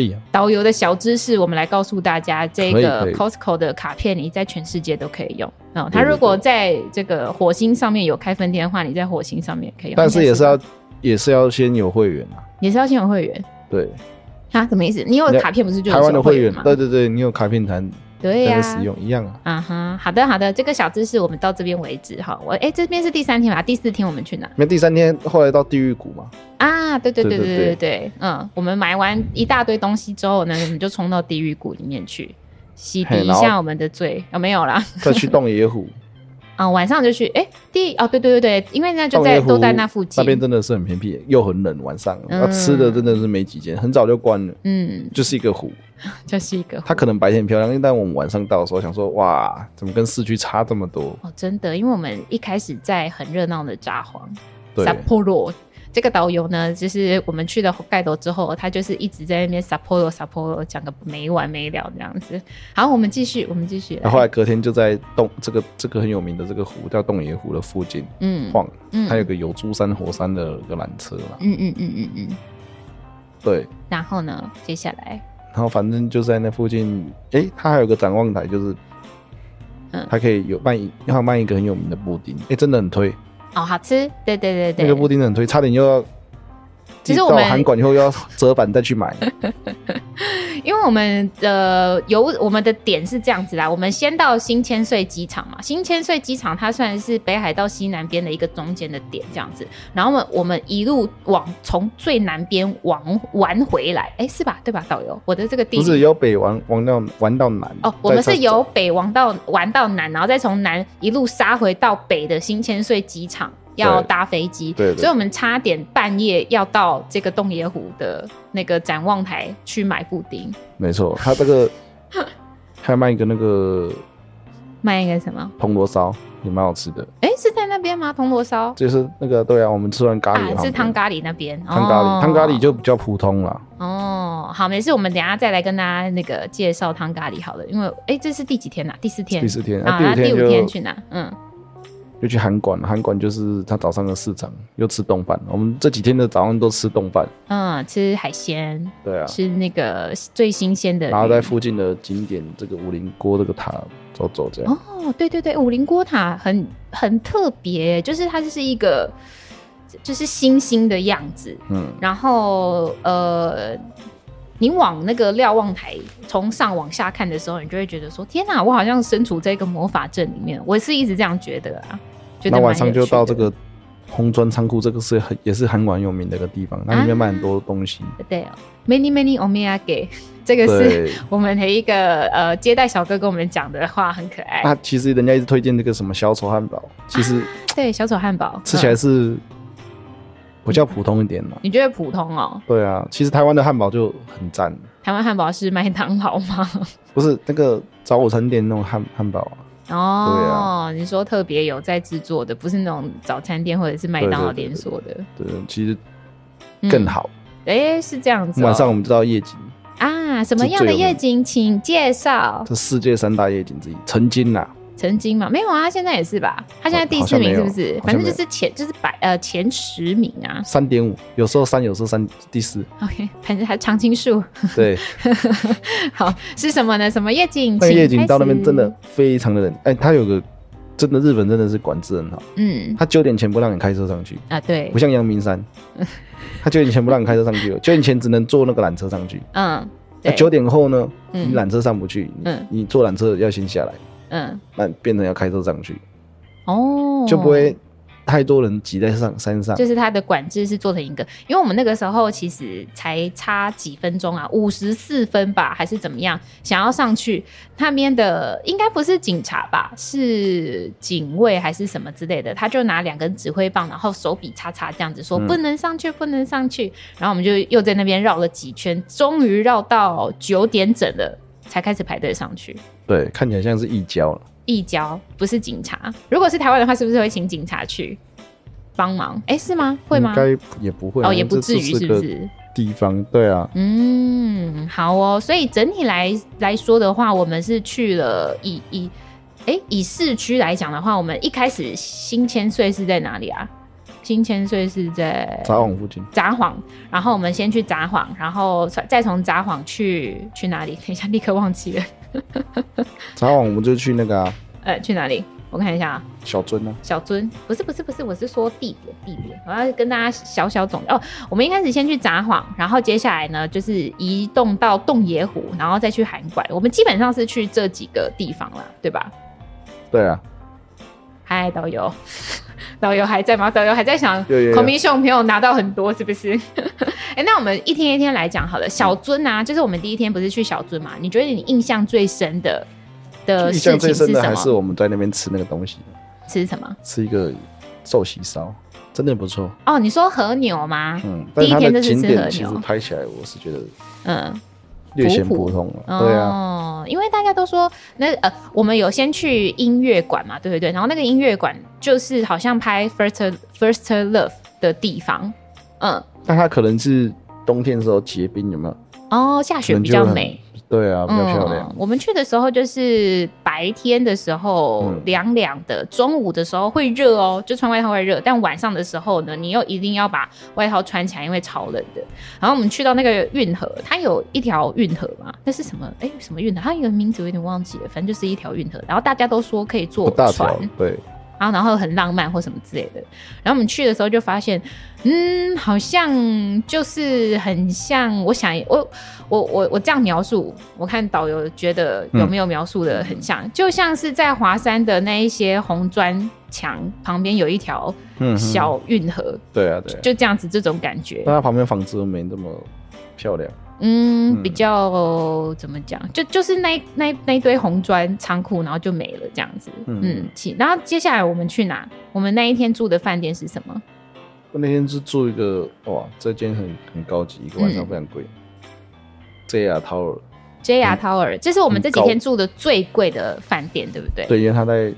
Speaker 1: [laughs]
Speaker 2: 以啊，
Speaker 1: 导游的小知识，我们来告诉大家，这
Speaker 2: 可以
Speaker 1: 个
Speaker 2: 可以
Speaker 1: Costco 的卡片你在全世界都可以用。嗯，
Speaker 2: 对
Speaker 1: 它如
Speaker 2: 对
Speaker 1: 果在这个火星上面有开分店的话，你在火星上面也可以用，
Speaker 2: 但是也是
Speaker 1: 应
Speaker 2: 要
Speaker 1: 该
Speaker 2: 也是要先有会员啊。
Speaker 1: 也是要先有会员
Speaker 2: 对，
Speaker 1: 啊？什么意思？你有
Speaker 2: 你要
Speaker 1: 卡片不是就
Speaker 2: 台
Speaker 1: 有
Speaker 2: 湾的
Speaker 1: 手
Speaker 2: 会
Speaker 1: 员
Speaker 2: 员啊
Speaker 1: 吗，？
Speaker 2: 对对对，你有卡片才
Speaker 1: 对
Speaker 2: 才
Speaker 1: 呀、
Speaker 2: 能使用一样啊。
Speaker 1: 啊哈，好的好的，这个小知识我们到这边为止哈。我哎、这边是第三天吧？第四天我们去哪
Speaker 2: 那第三天后来到地狱谷嘛，
Speaker 1: 啊？对对对
Speaker 2: 对
Speaker 1: 对
Speaker 2: 对
Speaker 1: 对对对，嗯，我们买完一大堆东西之后呢，我们就冲到地狱谷里面去洗涤
Speaker 2: 嘿
Speaker 1: 一
Speaker 2: 然后
Speaker 1: 下我们的罪，有、没有啦？
Speaker 2: 再去洞爷湖，
Speaker 1: 啊、晚上就去哎、第哦对对对对，因为那 [laughs] 就
Speaker 2: 洞
Speaker 1: 在
Speaker 2: 爷湖
Speaker 1: 都在那附近
Speaker 2: 那，边真的是很偏僻，又很冷，晚上
Speaker 1: 嗯
Speaker 2: 那吃的真的是没几间，很早就关了，
Speaker 1: 嗯，
Speaker 2: 就是一个湖。
Speaker 1: 就是一个
Speaker 2: 它可能白天很漂亮，但我们晚上到的时候想说，哇，怎么跟市区差这么多？
Speaker 1: 哦，真的，因为我们一开始在很热闹的札幌
Speaker 2: 对
Speaker 1: Sapporo 这个导游呢，就是我们去了 Hokkaido 之后，他就是一直在那边 Sapporo Sapporo 讲个没完没了这样子。好，我们继续，我们继续。
Speaker 2: 然后后来隔天就在洞这个这个很有名的这个湖叫洞爷湖的附近
Speaker 1: 嗯
Speaker 2: 晃，
Speaker 1: 嗯
Speaker 2: 它有个有珠山火山的一个缆车嘛，
Speaker 1: 嗯嗯嗯嗯嗯，
Speaker 2: 对，
Speaker 1: 然后呢，接下来
Speaker 2: 然后反正就在那附近，诶，它还有个展望台，就是
Speaker 1: 嗯
Speaker 2: 它可以有卖一，它有卖一个很有名的布丁，诶，真的很推，
Speaker 1: 哦，好吃，对对对
Speaker 2: 那个
Speaker 1: 对，
Speaker 2: 布丁很推，差点又要。
Speaker 1: 其实
Speaker 2: 一
Speaker 1: 我们
Speaker 2: 到韩馆以后又要折返再去
Speaker 1: [laughs]
Speaker 2: 买，
Speaker 1: 因为我们的游我们的点是这样子啦，我们先到新千岁机场嘛，新千岁机场它算是北海道西南边的一个中间的点这样子，然后我们我们一路往从最南边往玩回来，哎、是吧？对吧，导游？我的这个地
Speaker 2: 不
Speaker 1: 理
Speaker 2: 是由北玩玩到玩到南
Speaker 1: 哦，我们
Speaker 2: 再
Speaker 1: 是由北往到玩到南，然后再从南一路杀回到北的新千岁机场，要搭飞机。
Speaker 2: 对对
Speaker 1: 所以我们差点半夜要到这个洞爷湖的那个展望台去买布丁，
Speaker 2: 没错，它这个还有卖一个那个
Speaker 1: 卖一个什么？
Speaker 2: 铜锣烧，也蛮好吃的。
Speaker 1: 哎，是在那边吗？铜锣烧
Speaker 2: 就是那个对啊，我们吃完咖喱、
Speaker 1: 啊，是汤咖喱那边。
Speaker 2: 汤咖喱，
Speaker 1: 哦
Speaker 2: 汤咖喱就比较普通啦。
Speaker 1: 哦，好，没事，我们等一下再来跟大家那个介绍汤咖喱好了。因为哎，这是第几天呐、第四天。
Speaker 2: 第四天，
Speaker 1: 啊，
Speaker 2: 啊、
Speaker 1: 那
Speaker 2: 第
Speaker 1: 第
Speaker 2: 五
Speaker 1: 五
Speaker 2: 天
Speaker 1: 天
Speaker 2: 就
Speaker 1: 去哪？嗯，
Speaker 2: 就去韩馆，韩馆就是他早上的市场，又吃冻饭。我们这几天的早上都吃冻饭，
Speaker 1: 嗯，吃海鲜，
Speaker 2: 对啊，
Speaker 1: 吃那个最新鲜的鱼。
Speaker 2: 然后在附近的景点这个五林锅这个塔走走这样。
Speaker 1: 哦，对对对，武林锅塔很很特别，就是它就是一个就是星星的样子，
Speaker 2: 嗯，
Speaker 1: 然后呃，你往那个瞭望台从上往下看的时候，你就会觉得说：天哪，我好像身处在一个魔法阵里面。我是一直这样觉得啊，觉得
Speaker 2: 那晚
Speaker 1: 蛮
Speaker 2: 上
Speaker 1: 有
Speaker 2: 就
Speaker 1: 趣的
Speaker 2: 到这个红砖仓库，这个是很也是韩馆有名的一个地
Speaker 1: 啊
Speaker 2: 方，那里面卖很多东西。
Speaker 1: 对哦，many many omega，这个是
Speaker 2: 对，
Speaker 1: 我们的一个呃接待小哥跟我们讲的话，很可爱。
Speaker 2: 那其实人家一直推荐这个什么小丑汉堡，其实
Speaker 1: 对，小丑汉堡
Speaker 2: 吃起来
Speaker 1: 嗯
Speaker 2: 是比较普通一点嘛。
Speaker 1: 你觉得普通哦？
Speaker 2: 对啊，其实台湾的汉堡就很赞，
Speaker 1: 台湾汉堡是麦当劳
Speaker 2: [laughs]
Speaker 1: 吗？
Speaker 2: 不是那个早午餐店那种汉汉堡啊，
Speaker 1: 哦，你说特别有在制作的，不是那种早餐店或者是麦当劳
Speaker 2: 对对对
Speaker 1: 连锁的，
Speaker 2: 对，其实
Speaker 1: 嗯
Speaker 2: 更。好。
Speaker 1: 哎、是这样子哦、
Speaker 2: 晚上我们就到夜景，
Speaker 1: 啊，什么样的夜景，请介绍。
Speaker 2: 这世界三大夜景之一，曾经呐、
Speaker 1: 曾经嘛，没有啊，他现在也是吧？他现在第四名是不是？
Speaker 2: 好
Speaker 1: 反正
Speaker 2: 像没有
Speaker 1: 就是前就是百呃前十名啊。
Speaker 2: 三点五，有时候三，有时候三第
Speaker 1: [laughs]
Speaker 2: 四，
Speaker 1: OK，反正还常青树。 [laughs]
Speaker 2: 对，
Speaker 1: 好，是什么呢？什么夜景？
Speaker 2: 那个
Speaker 1: 请
Speaker 2: 夜景到那
Speaker 1: 开
Speaker 2: 边
Speaker 1: 始
Speaker 2: 真的，非常的冷，哎、它有个真的日本真的是管制很好，
Speaker 1: 嗯
Speaker 2: 它九点前不让你开车上去，
Speaker 1: 啊，对
Speaker 2: 不，像阳明
Speaker 1: [laughs]
Speaker 2: 山，它九点前不让你开车上去哦，九点前只能坐那个缆车上去，
Speaker 1: 嗯，
Speaker 2: 那
Speaker 1: 对，
Speaker 2: 九点后呢，
Speaker 1: 嗯
Speaker 2: 你缆车上不去，你、
Speaker 1: 嗯
Speaker 2: 你坐缆车要先下来，
Speaker 1: 嗯，
Speaker 2: 那变成要开车上去，
Speaker 1: 哦，
Speaker 2: 就不会太多人挤在上山上。
Speaker 1: 就是它的管制是做成一个，因为我们那个时候其实才差几分钟啊，五十四分吧，还是怎么样，想要上去那边的应该不是警察吧，是警卫还是什么之类的，他就拿两根指挥棒，然后手比叉叉这样子说、
Speaker 2: 嗯
Speaker 1: 不能上去，不能上去，然后我们就又在那边绕了几圈，终于绕到九点整了才开始排队上去。
Speaker 2: 对，看起来像是一交了。
Speaker 1: 义交不是警察，如果是台湾的话，是不是会请警察去帮忙？哎、是吗？会吗？
Speaker 2: 应该也不会啊
Speaker 1: 哦，也不至于，
Speaker 2: 这
Speaker 1: 是
Speaker 2: 这
Speaker 1: 不
Speaker 2: 个
Speaker 1: 是？
Speaker 2: 地方对啊，
Speaker 1: 嗯，好哦。所以整体来来说的话，我们是去了以以哎以市区来讲的话，我们一开始新千岁是在哪里啊？新千岁是在
Speaker 2: 札幌附近，
Speaker 1: 札幌，然后我们先去札幌，然后再从札幌去去哪里？ [laughs] 等一下，立刻忘记了。
Speaker 2: 札幌我们就去那个啊、
Speaker 1: 呃，去哪里？我看一下啊，
Speaker 2: 小樽啊，
Speaker 1: 小樽不是不是不是，我是说地点地点，我要跟大家小小总结哦。我们一开始先去札幌，然后接下来呢就是移动到洞爷湖，然后再去函馆。我们基本上是去这几个地方啦，对吧？
Speaker 2: 对啊，
Speaker 1: 嗨，导游， [laughs] 导游还在吗？导游还在想
Speaker 2: 有有有
Speaker 1: 孔明兄朋友拿到很多是不是？ [laughs] 哎、那我们一天一天来讲好了。小樽啊，就是我们第一天不是去小樽嘛？你觉得你印象最深的的
Speaker 2: 印
Speaker 1: 事
Speaker 2: 象
Speaker 1: 情
Speaker 2: 最
Speaker 1: 呃是
Speaker 2: 深的
Speaker 1: 什
Speaker 2: 还
Speaker 1: 么？
Speaker 2: 是我们在那边吃那个东西，
Speaker 1: 吃什么？
Speaker 2: 吃一个寿喜烧，真的不错。
Speaker 1: 哦，你说和牛吗？
Speaker 2: 嗯，
Speaker 1: 第
Speaker 2: 但
Speaker 1: 一
Speaker 2: 是它
Speaker 1: 天就
Speaker 2: 的
Speaker 1: 是
Speaker 2: 景
Speaker 1: 吃和
Speaker 2: 点其实
Speaker 1: 牛
Speaker 2: 拍起来，我是觉得
Speaker 1: 嗯，
Speaker 2: 略显
Speaker 1: 普普
Speaker 2: 普通了。对啊，
Speaker 1: 哦，因为大家都说那呃，我们有先去音乐馆嘛，对不对？然后那个音乐馆就是好像拍《First First Love》的地方，嗯，
Speaker 2: 但它可能是冬天的时候结冰，有没有？
Speaker 1: 哦，下雪比较美，
Speaker 2: 对啊，比较漂
Speaker 1: 嗯
Speaker 2: 亮。。
Speaker 1: 我们去的时候就是白天的时候
Speaker 2: 嗯
Speaker 1: 凉凉的，中午的时候会热哦，就穿外套会热，但晚上的时候呢，你又一定要把外套穿起来，因为超冷的。然后我们去到那个运河，它有一条运河嘛，那是什么？哎，什么运河？它有个名字我有点忘记了，反正就是一条运河。然后大家都说可以坐
Speaker 2: 不大
Speaker 1: 船
Speaker 2: 条，，对，
Speaker 1: 然后然后很浪漫或什么之类的。然后我们去的时候就发现，嗯，好像就是很像，我想我我我我这样描述，我看导游觉得有没有描述的很
Speaker 2: 嗯
Speaker 1: 像，就像是在华山的那一些红砖墙旁边有一条
Speaker 2: 嗯，哼嗯
Speaker 1: 小运河，
Speaker 2: 对啊，对啊。
Speaker 1: 就这样子这种感觉。
Speaker 2: 但它旁边房子都没那么漂亮，
Speaker 1: 嗯，
Speaker 2: 嗯
Speaker 1: 比较怎么讲，就就是那那那一堆红砖仓库，然后就没了这样子。
Speaker 2: 嗯
Speaker 1: 嗯，其然后接下来我们去哪？我们那一天住的饭店是什么？
Speaker 2: 我那天是住一个哇，这间很很高级，一个晚上
Speaker 1: 嗯
Speaker 2: 非常贵。JR Tower，
Speaker 1: JR Tower，、这是我们这几
Speaker 2: 嗯很
Speaker 1: 天
Speaker 2: 高
Speaker 1: 住的最贵的饭店，对不对？，
Speaker 2: 对，因为它在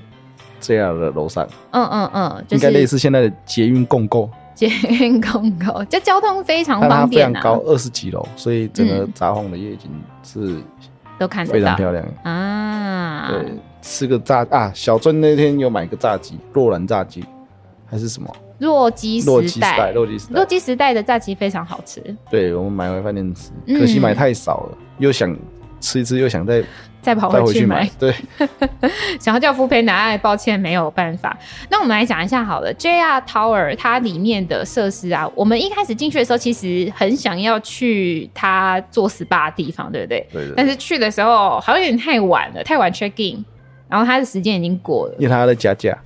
Speaker 2: JR 的楼上，
Speaker 1: 嗯嗯嗯，就
Speaker 2: 应该类
Speaker 1: 是
Speaker 2: 似现在的捷运共购，
Speaker 1: 捷运公 [laughs] 狗，就交通非常
Speaker 2: 但它
Speaker 1: 方
Speaker 2: 非
Speaker 1: 便
Speaker 2: 常
Speaker 1: 啊
Speaker 2: 高，，二十几楼，所以整个
Speaker 1: 嗯
Speaker 2: 札幌的夜景是
Speaker 1: 都看得
Speaker 2: 非常
Speaker 1: 到
Speaker 2: 漂亮。
Speaker 1: 啊。
Speaker 2: 对，吃个炸啊，小樽那天有买个炸鸡，洛兰炸鸡还是什么
Speaker 1: 洛基
Speaker 2: 洛基
Speaker 1: 时
Speaker 2: 时
Speaker 1: 代
Speaker 2: 代，，洛基时
Speaker 1: 洛
Speaker 2: 代，
Speaker 1: 基时代的炸鸡非常好吃，
Speaker 2: 对我们买回饭店吃，
Speaker 1: 嗯
Speaker 2: 可惜买太少了，又想吃一吃，又想再
Speaker 1: 再跑
Speaker 2: 再
Speaker 1: 回
Speaker 2: 回
Speaker 1: 去
Speaker 2: 去
Speaker 1: 买
Speaker 2: 买。，对，
Speaker 1: [laughs] 想要叫福培拿爱，抱歉没有办法。那我们来讲一下好了，JR Tower 它里面的设施啊，我们一开始进去的时候其实很想要去它做 SPA 的地方，对不对？
Speaker 2: 对对
Speaker 1: 但是去的时候好像有点太晚了，太晚 check in，然后它的时间已经过了。
Speaker 2: 因为它在加价，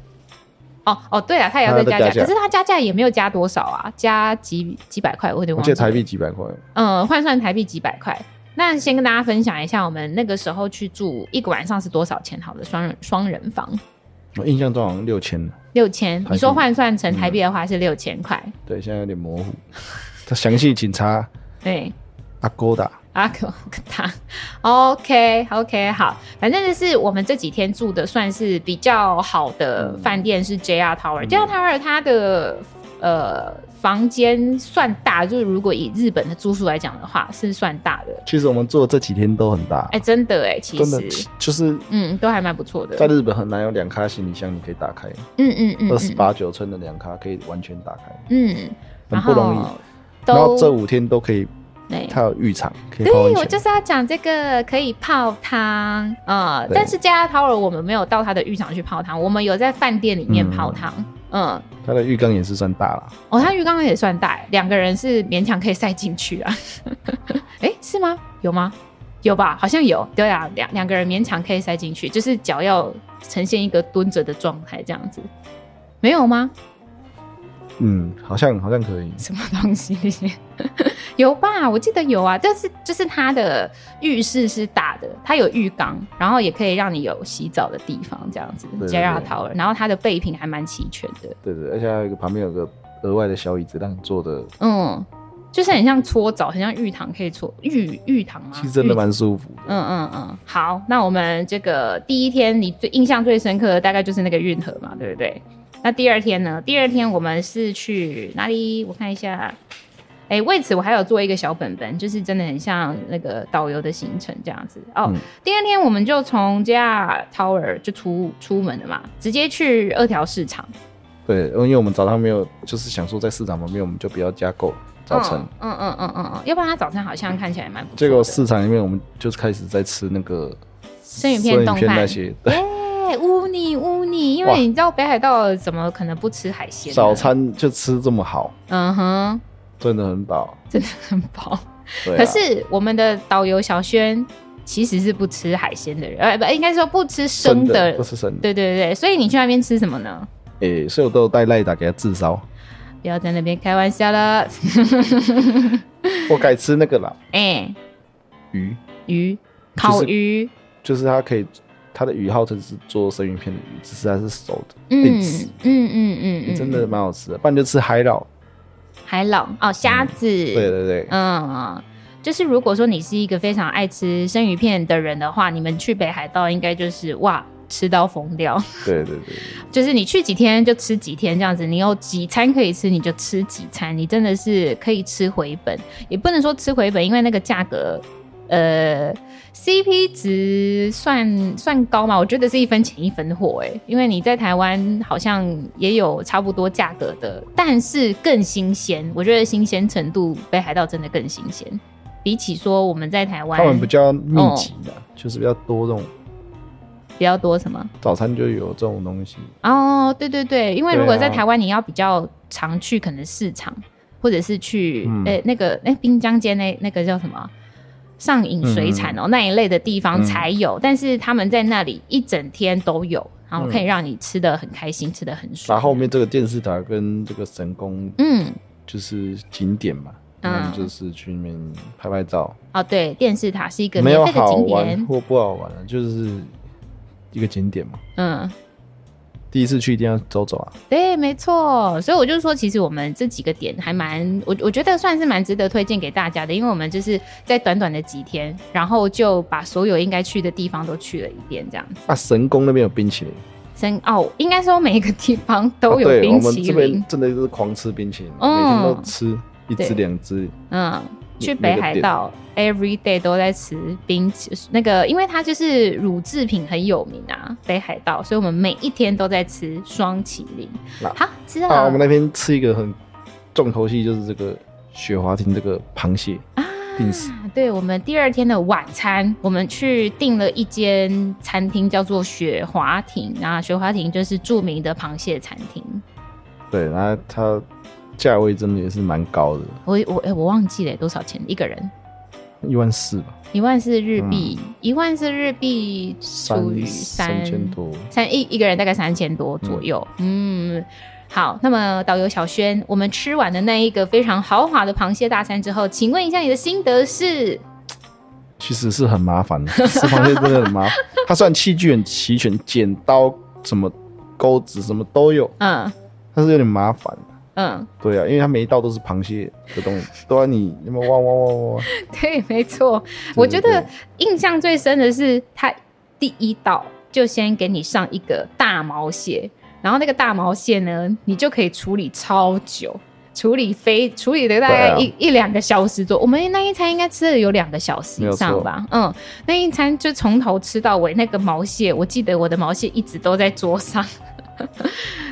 Speaker 1: 哦哦，对了，它也要再
Speaker 2: 它
Speaker 1: 加
Speaker 2: 在
Speaker 1: 价，
Speaker 2: 加价
Speaker 1: 可是它加价也没有加多少啊，加几几百块，我有点
Speaker 2: 我
Speaker 1: 忘
Speaker 2: 记
Speaker 1: 记
Speaker 2: 得
Speaker 1: 了。
Speaker 2: 台币几百块，
Speaker 1: 嗯，换算台币几百块。那先跟大家分享一下，我们那个时候去住一个晚上是多少钱？好的，双人双人房。
Speaker 2: 我哦印象中好像六千，
Speaker 1: 六千，
Speaker 2: 币嗯
Speaker 1: 你说换算成台币的话是六千块，
Speaker 2: 对，现在有点模糊。 [laughs] 他详细请查
Speaker 1: 对。
Speaker 2: 阿勾达，
Speaker 1: 阿 [laughs] 克啊他，OK OK 好，反正就是我们这几天住的算是比较好的
Speaker 2: 嗯
Speaker 1: 饭店是 JR Tower、JR Tower 它的呃房间算大，就是如果以日本的住宿来讲的话是算大的，
Speaker 2: 其实我们做这几天都很大
Speaker 1: 哎、，真的哎、其
Speaker 2: 真的
Speaker 1: 实
Speaker 2: 就是
Speaker 1: 嗯都还蛮不错的，
Speaker 2: 在日本很难有两咖行李箱你可以打开，
Speaker 1: 嗯嗯嗯
Speaker 2: 二十
Speaker 1: 嗯
Speaker 2: 八九寸的两咖可以完全打开，
Speaker 1: 嗯，
Speaker 2: 很不容易。
Speaker 1: 然
Speaker 2: 然
Speaker 1: 后
Speaker 2: 后这
Speaker 1: 都
Speaker 2: 五天都可以，
Speaker 1: 对
Speaker 2: 它有浴场可以泡温
Speaker 1: 对，我就
Speaker 2: 泉。
Speaker 1: 是要讲这个可以泡汤，呃，
Speaker 2: 对
Speaker 1: 但是加拉 Tower 我们没有到它的浴场去泡汤，我们有在饭店里面泡汤，嗯
Speaker 2: 它的浴缸也是算大啦，
Speaker 1: 哦，它浴缸也算大，两个人是勉强可以塞进去啊， [laughs] 哎、是吗？有吗？有吧，好像有，对啊，两两个人勉强可以塞进去，就是脚要呈现一个蹲着的状态这样子，没有吗？
Speaker 2: 嗯，好像好像可以。
Speaker 1: 什么东西？ [laughs] 有吧？我记得有啊，但是就是它的浴室是大的，它有浴缸，然后也可以让你有洗澡的地方，这样子
Speaker 2: 对对
Speaker 1: 杰拉
Speaker 2: 对
Speaker 1: 陶尔，然后它的备品还蛮齐全的，
Speaker 2: 对对，而且还有一个旁边有个额外的小椅子让你坐的，
Speaker 1: 嗯，就是很像搓澡，很像浴堂可以搓浴浴堂吗？
Speaker 2: 其实真
Speaker 1: 啊
Speaker 2: 的
Speaker 1: 浴
Speaker 2: 蛮舒服的。
Speaker 1: 嗯嗯嗯，好，那我们这个第一天你最印象最深刻的大概就是那个运河嘛，对不对？那第二天呢？第二天我们是去哪里？我看一下。哎、为此我还有做一个小本本，就是真的很像那个导游的行程这样子哦。
Speaker 2: 嗯
Speaker 1: 第二天我们就从 JR Tower 就出出门了嘛，直接去二条市场。
Speaker 2: 对，因为我们早上没有，就是想说在市场旁边我们就不要加购早餐，
Speaker 1: 嗯嗯嗯嗯嗯，要不然它早餐好像看起来蛮不错的。
Speaker 2: 结果市场里面我们就是开始在吃那个
Speaker 1: 生鱼片冻
Speaker 2: 生鱼
Speaker 1: 饭
Speaker 2: 那些，对
Speaker 1: 耶，污泥污泥，因为
Speaker 2: 哇
Speaker 1: 你知道北海道怎么可能不吃海鲜？
Speaker 2: 早，餐就吃这么好，
Speaker 1: 嗯哼，
Speaker 2: 真的很饱。
Speaker 1: 真的很饱。
Speaker 2: 对啊、
Speaker 1: 可是我们的导游小轩其实是不吃海鲜的人，呃，不，应该说不吃生
Speaker 2: 真
Speaker 1: 的。
Speaker 2: 不是生的，
Speaker 1: 对对对，所以你去那边吃什么呢？
Speaker 2: 诶、所以我都有带赖打给他自烧， [laughs]
Speaker 1: 不要在那边开玩笑了。 [laughs]
Speaker 2: 我改吃那个啦
Speaker 1: 哎、
Speaker 2: 鱼，
Speaker 1: 鱼，
Speaker 2: 就是
Speaker 1: 烤鱼，
Speaker 2: 就是它可以，它的鱼号称是做生鱼片的鱼，只是它是熟的，
Speaker 1: 嗯
Speaker 2: 定死
Speaker 1: 嗯嗯嗯嗯，
Speaker 2: 真的蛮好吃的。不然就吃海老，
Speaker 1: 海老哦，虾子，
Speaker 2: 对对对，
Speaker 1: 嗯，就是如果说你是一个非常爱吃生鱼片的人的话，你们去北海道应该就是哇。吃到疯掉，
Speaker 2: 对对对，
Speaker 1: 就是你去几天就吃几天这样子，你有几餐可以吃你就吃几餐，你真的是可以吃回本，也不能说吃回本，因为那个价格，呃，CP 值算算高嘛，我觉得是一分钱一分货哎、因为你在台湾好像也有差不多价格的，但是更新鲜，我觉得新鲜程度北海道真的更新鲜，比起说我们在台湾
Speaker 2: 他们比较密集的，
Speaker 1: 哦
Speaker 2: 就是比较多这种
Speaker 1: 比较多什么。
Speaker 2: 早餐就有这种东西，
Speaker 1: 哦，对对对，因为如果
Speaker 2: 对啊
Speaker 1: 在台湾，你要比较常去可能市场，或者是去
Speaker 2: 嗯
Speaker 1: 呃、那个哎滨江街那那个叫什么上影水产哦、那一类的地方
Speaker 2: 嗯
Speaker 1: 才有，但是他们在那里一整天都有，然后可以
Speaker 2: 嗯
Speaker 1: 让你吃的很开心，吃的很爽。
Speaker 2: 把后面这个电视塔跟这个神宫
Speaker 1: 嗯。
Speaker 2: 就是景点嘛，
Speaker 1: 嗯
Speaker 2: 然后就是去那边拍拍照，
Speaker 1: 哦，对，电视塔是一个
Speaker 2: 没有
Speaker 1: 免费的
Speaker 2: 好
Speaker 1: 景
Speaker 2: 玩
Speaker 1: 点，
Speaker 2: 或不好玩的，就是一个景点嘛。
Speaker 1: 嗯，
Speaker 2: 第一次去一定要走走啊，
Speaker 1: 对，没错，所以我就说，其实我们这几个点还蛮，我我觉得算是蛮值得推荐给大家的，因为我们就是在短短的几天，然后就把所有应该去的地方都去了一遍，这样子。
Speaker 2: 啊，神宫那边有冰淇淋，
Speaker 1: 深哦，应该说每一个地方都
Speaker 2: 啊
Speaker 1: 有
Speaker 2: 对
Speaker 1: 冰
Speaker 2: 我
Speaker 1: 淇
Speaker 2: 们这
Speaker 1: 淋
Speaker 2: 边，真的就是狂吃冰淇淋，
Speaker 1: 嗯
Speaker 2: 每天都吃一
Speaker 1: 对
Speaker 2: 只两只，
Speaker 1: 嗯，去
Speaker 2: 每
Speaker 1: 北
Speaker 2: 个
Speaker 1: 海
Speaker 2: 点
Speaker 1: 道 every day 都在吃冰淇那个，因为它就是乳制品很有名啊，北海道，所以我们每一天都在吃双淇淋。
Speaker 2: 那
Speaker 1: 好，知道
Speaker 2: 啊，我们
Speaker 1: 了
Speaker 2: 那天吃一个很重头戏，就是这个雪华亭这个螃蟹，
Speaker 1: 啊。
Speaker 2: 定死
Speaker 1: 对我们第二天的晚餐，我们去订了一间餐厅，叫做雪华亭啊。雪华亭就是著名的螃蟹餐厅。
Speaker 2: 对，然后它价位真的也是蛮高的，
Speaker 1: 我我哎、我忘记了多少钱一个人，
Speaker 2: 一万四吧，
Speaker 1: 一万是日币，一万是日币除以
Speaker 2: 嗯三千多，
Speaker 1: 三一一个人大概三千多左右。嗯好，那么导游小轩，我们吃完的那一个非常豪华的螃蟹大餐之后，请问一下你的心得是？
Speaker 2: 其实是很
Speaker 1: [laughs]
Speaker 2: 麻烦的，吃螃蟹真的很麻烦。它虽然器具很齐全，剪刀什么钩子什么都有，
Speaker 1: 嗯
Speaker 2: 但是有点麻烦。
Speaker 1: 嗯，
Speaker 2: 对啊，因为它每一道都是螃蟹的东西，都要你那么挖挖挖挖挖。
Speaker 1: [laughs] 对，没错。我觉得印象最深的是他第一道就先给你上一个大毛蟹，然后那个大毛蟹呢，你就可以处理超久。处理非处理了大概一、
Speaker 2: 对啊
Speaker 1: 一两个小时左右，我们那一餐应该吃了有两个小时以上吧。嗯，那一餐就从头吃到尾，那个毛蟹，我记得我的毛蟹一直都在桌上。 [laughs]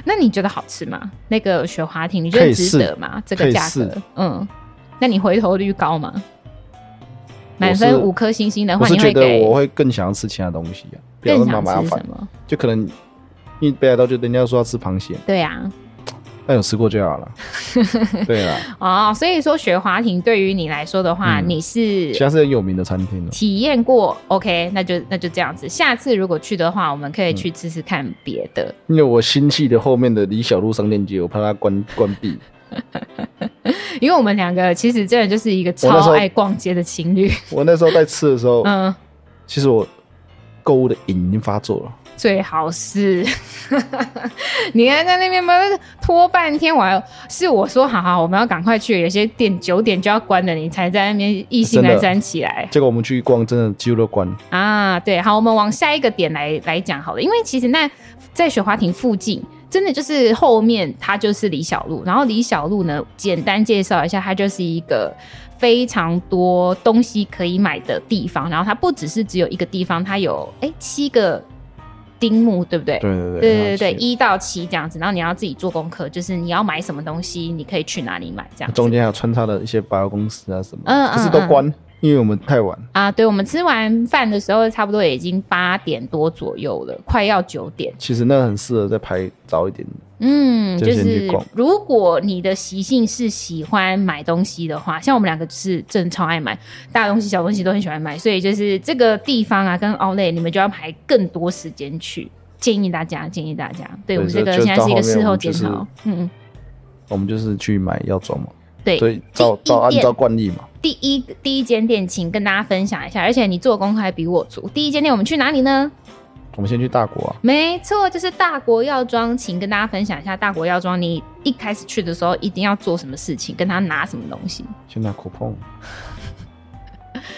Speaker 1: 那你觉得好吃吗？那个雪华亭，你觉
Speaker 2: 可
Speaker 1: 得
Speaker 2: 以试
Speaker 1: 值得吗？这个价
Speaker 2: 可以
Speaker 1: 格
Speaker 2: 试，
Speaker 1: 嗯，那你回头率高吗？满
Speaker 2: 我
Speaker 1: 分
Speaker 2: 是
Speaker 1: 五颗星星的
Speaker 2: 我
Speaker 1: 话，
Speaker 2: 是
Speaker 1: 你
Speaker 2: 觉
Speaker 1: 会
Speaker 2: 得
Speaker 1: 给
Speaker 2: 我会更想要吃其他东西啊，不要
Speaker 1: 更
Speaker 2: 那么
Speaker 1: 想
Speaker 2: 麻
Speaker 1: 吃
Speaker 2: 烦
Speaker 1: 什。么？
Speaker 2: 就可能因为北海道就人家说要吃螃蟹，
Speaker 1: 对啊，
Speaker 2: 但有吃过就好
Speaker 1: [laughs]
Speaker 2: 了。对啊，
Speaker 1: 哦，所以说雪华亭对于你来说的话，
Speaker 2: 嗯
Speaker 1: 你是
Speaker 2: 其他是很有名的餐厅了。啊
Speaker 1: 体验过，OK，那就那就这样子。下次如果去的话，我们可以
Speaker 2: 嗯
Speaker 1: 去吃吃看别的。
Speaker 2: 因为我新系的后面的李小璐商店街，我怕它关关闭。
Speaker 1: 因为我们两个其实真的就是一个
Speaker 2: 我那时
Speaker 1: 超
Speaker 2: 候
Speaker 1: 爱逛街的情侣，
Speaker 2: 我那时候在吃的时候，
Speaker 1: 嗯，
Speaker 2: 其实我购物的瘾已经发作了。
Speaker 1: 最好是 [laughs] 你还在那边嘛拖半天，我还是我说好好，我们要赶快去，有些店九点就要关了，你才在那边意兴阑珊起来。
Speaker 2: 结果我们去逛，真的几乎都关。
Speaker 1: 啊，对，好，我们往下一个点来来讲好了，因为其实那在雪花亭附近，真的就是后面它就是李小璐，然后李小璐呢，简单介绍一下，它就是一个非常多东西可以买的地方，然后它不只是只有一个地方，它有哎七个丁目，对不对？
Speaker 2: 对对对
Speaker 1: 对对对，
Speaker 2: 然后去
Speaker 1: 一到七这样子，然后你要自己做功课，就是你要买什么东西，你可以去哪里买这样子
Speaker 2: 中间还有穿插的一些百货公司啊什么，
Speaker 1: 嗯嗯
Speaker 2: 可是都关，因为我们太晚。
Speaker 1: 啊。对，我们吃完饭的时候，差不多也已经八点多左右了，快要九点。
Speaker 2: 其实那很适合再拍早一点，
Speaker 1: 嗯，
Speaker 2: 就
Speaker 1: 就
Speaker 2: 先去
Speaker 1: 是
Speaker 2: 逛
Speaker 1: 如果你的习性是喜欢买东西的话，像我们两个就是真的超爱买，大东西小东西都很喜欢买，所以就是这个地方啊，跟 o u l e 你们就要排更多时间去。建议大家，建议大家，对
Speaker 2: 对
Speaker 1: 我们这个
Speaker 2: 就就
Speaker 1: 现在是一个
Speaker 2: 到后面
Speaker 1: 事
Speaker 2: 我
Speaker 1: 后
Speaker 2: 们
Speaker 1: 检
Speaker 2: 就是
Speaker 1: 讨。嗯，
Speaker 2: 我们就是去买药妆嘛，
Speaker 1: 对，
Speaker 2: 所以照
Speaker 1: 第一
Speaker 2: 照按
Speaker 1: 店
Speaker 2: 照惯例嘛，
Speaker 1: 第一第一间店，请跟大家分享一下，而且你做功课还比我足。第一间店我们去哪里呢？
Speaker 2: 我们先去大国啊，
Speaker 1: 没错，就是大国药妆，请跟大家分享一下大国药妆，你一开始去的时候一定要做什么事情，跟他拿什么东西。
Speaker 2: 先拿 coupon，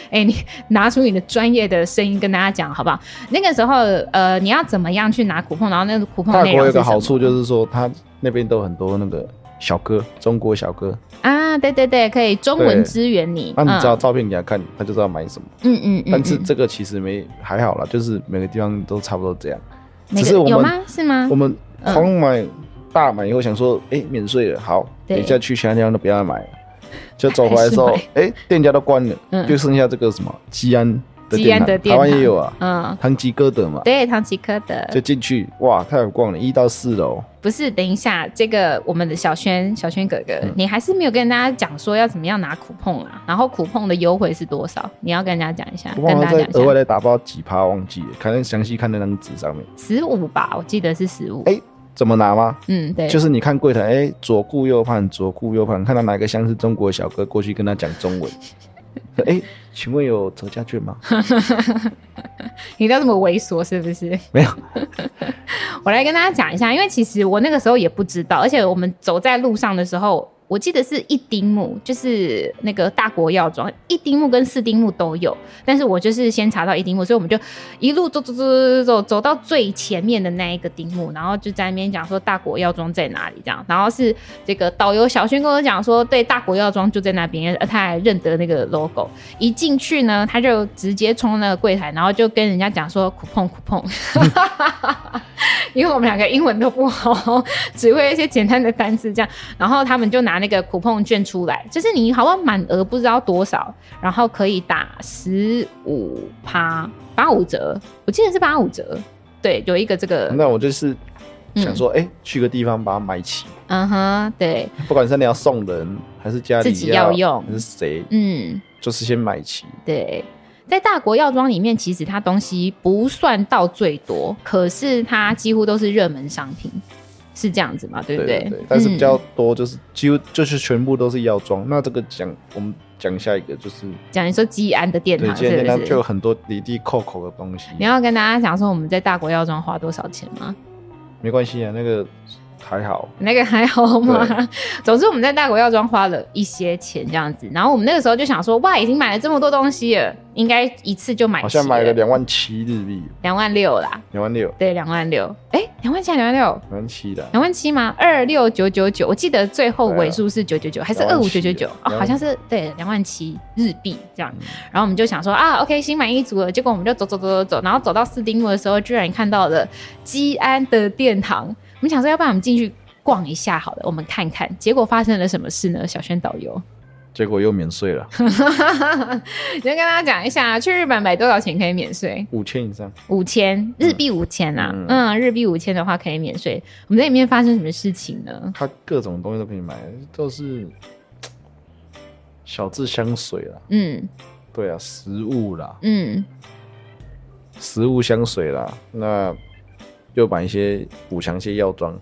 Speaker 1: 哎、你 [laughs] 拿出你的专业的声音跟大家讲好不好？那个时候，呃，你要怎么样去拿苦碰，然后那个苦碰
Speaker 2: 大
Speaker 1: 内
Speaker 2: 国
Speaker 1: 容
Speaker 2: 有
Speaker 1: 是什
Speaker 2: 个
Speaker 1: 么
Speaker 2: 好处就是说，它那边都很多那个小哥，中国小哥，
Speaker 1: 啊，对对对，可以中文支援你。
Speaker 2: 那你只要照片给他看，他就知道买什么。
Speaker 1: 嗯嗯嗯嗯，
Speaker 2: 但是这个其实没还好啦，就是每个地方都差不多这样。
Speaker 1: 每
Speaker 2: 只
Speaker 1: 个
Speaker 2: 是我们
Speaker 1: 有吗？是吗
Speaker 2: 我？们狂买大买以后，想说，哎，免税了，好，
Speaker 1: 对
Speaker 2: 等一下去其他地方都不要买了。就走回来之后
Speaker 1: 还是，
Speaker 2: 哎，店家都关了，
Speaker 1: 嗯
Speaker 2: 就剩下这个什么吉安的
Speaker 1: 吉
Speaker 2: 店
Speaker 1: 安的
Speaker 2: 台，
Speaker 1: 店
Speaker 2: 台湾
Speaker 1: 堂
Speaker 2: 也有啊，
Speaker 1: 嗯，
Speaker 2: 唐吉诃德嘛，
Speaker 1: 对，唐吉诃德。
Speaker 2: 就进去，哇，太好逛了，一到四楼，
Speaker 1: 不是，等一下，这个我们的小轩，小轩哥哥，
Speaker 2: 嗯
Speaker 1: 你还是没有跟大家讲说要怎么样拿苦碰啊？然后苦碰的优惠是多少？你要跟大家讲一下，
Speaker 2: 我
Speaker 1: 跟
Speaker 2: 忘
Speaker 1: 大
Speaker 2: 了
Speaker 1: 家
Speaker 2: 再
Speaker 1: 讲
Speaker 2: 额外
Speaker 1: 一下，
Speaker 2: 再打包几趴，忘记了，可能详细看那张纸上面，
Speaker 1: 十五吧，我记得是十五。
Speaker 2: 哎，怎么拿吗？
Speaker 1: 嗯，对，
Speaker 2: 就是你看柜台，哎、左顾右盼，左顾右盼，看到哪个像是中国小哥过去跟他讲
Speaker 1: [laughs]
Speaker 2: 中文。哎、请问有折价券吗？
Speaker 1: 你都这么猥琐是不是？
Speaker 2: 没有，
Speaker 1: 我来跟大家讲一下，因为其实我那个时候也不知道，而且我们走在路上的时候，我记得是一丁目，就是那个大国药妆，一丁目跟四丁目都有，但是我就是先查到一丁目，所以我们就一路走走走走走走到最前面的那一个丁目，然后就在那边讲说大国药妆在哪里这样，然后是这个导游小轩跟我讲说，对，大国药妆就在那边，呃他还认得那个 logo，一进去呢，他就直接冲那个柜台，然后就跟人家讲说苦碰苦碰。因为我们两个英文都不好，只会一些简单的单词这样。然后他们就拿那个苦碰券出来，就是你好像满额不知道多少，然后可以打十五趴八五折，我记得是八五折。对，有一个这个，
Speaker 2: 那我就是想说，哎、去个地方把它买齐，
Speaker 1: 嗯哼，对，
Speaker 2: 不管是你要送人，还是家里
Speaker 1: 自己要用
Speaker 2: 还是谁，
Speaker 1: 嗯，
Speaker 2: 就是先买齐。
Speaker 1: 对。在大国药妆里面，其实它东西不算到最多，可是它几乎都是热门商品，是这样子嘛？对不
Speaker 2: 对
Speaker 1: 对？
Speaker 2: 对，但是比
Speaker 1: 嗯
Speaker 2: 较多就是、几乎就是全部都是药妆。那这个讲我们讲下一个就是，
Speaker 1: 讲、你说基安的殿
Speaker 2: 对，
Speaker 1: 堂，
Speaker 2: 今
Speaker 1: 是
Speaker 2: 天
Speaker 1: 不
Speaker 2: 它
Speaker 1: 是？
Speaker 2: 就有很多离地扣扣的东西。
Speaker 1: 你要跟大家讲说我们在大国药妆花多少钱吗？
Speaker 2: 没关系啊，那个还好。
Speaker 1: 那个还好吗
Speaker 2: 对？
Speaker 1: 总之我们在大国药妆花了一些钱这样子，然后我们那个时候就想说，哇，已经买了这么多东西了，应该一次就买齐
Speaker 2: 好像买了两万七日币，
Speaker 1: 两万六啦，
Speaker 2: 两万六，
Speaker 1: 对，两万六，哎，两万七，两万六。
Speaker 2: 两万七的，
Speaker 1: 两万七吗？二六九九九，我记得最后
Speaker 2: 对啊
Speaker 1: 尾数是九九九，还是二五九九
Speaker 2: 27
Speaker 1: 九
Speaker 2: 的？
Speaker 1: 哦，好像是对，两万七日币这样。然后我们就想说啊，OK，心满意足了。结果我们就啊走走走走走，然后走到四丁目的时候，居然看到了基安的殿堂。我们想说，要不然我们进去逛一下好了，我们看看。结果发生了什么事呢？小轩导游，嗯
Speaker 2: 结果又免税了，
Speaker 1: 你就跟大家讲一下，啊去日本买多少钱可以免税？
Speaker 2: 五千以上。
Speaker 1: 五千日币五千啊，
Speaker 2: 嗯
Speaker 1: 嗯，日币五千的话可以免税。我们在里面发生什么事情呢？
Speaker 2: 它各种东西都可以买，都是小至香水啦，
Speaker 1: 嗯
Speaker 2: 对啊，食物啦，
Speaker 1: 嗯。
Speaker 2: 食物香水啦，那又买一些补强一些药妆，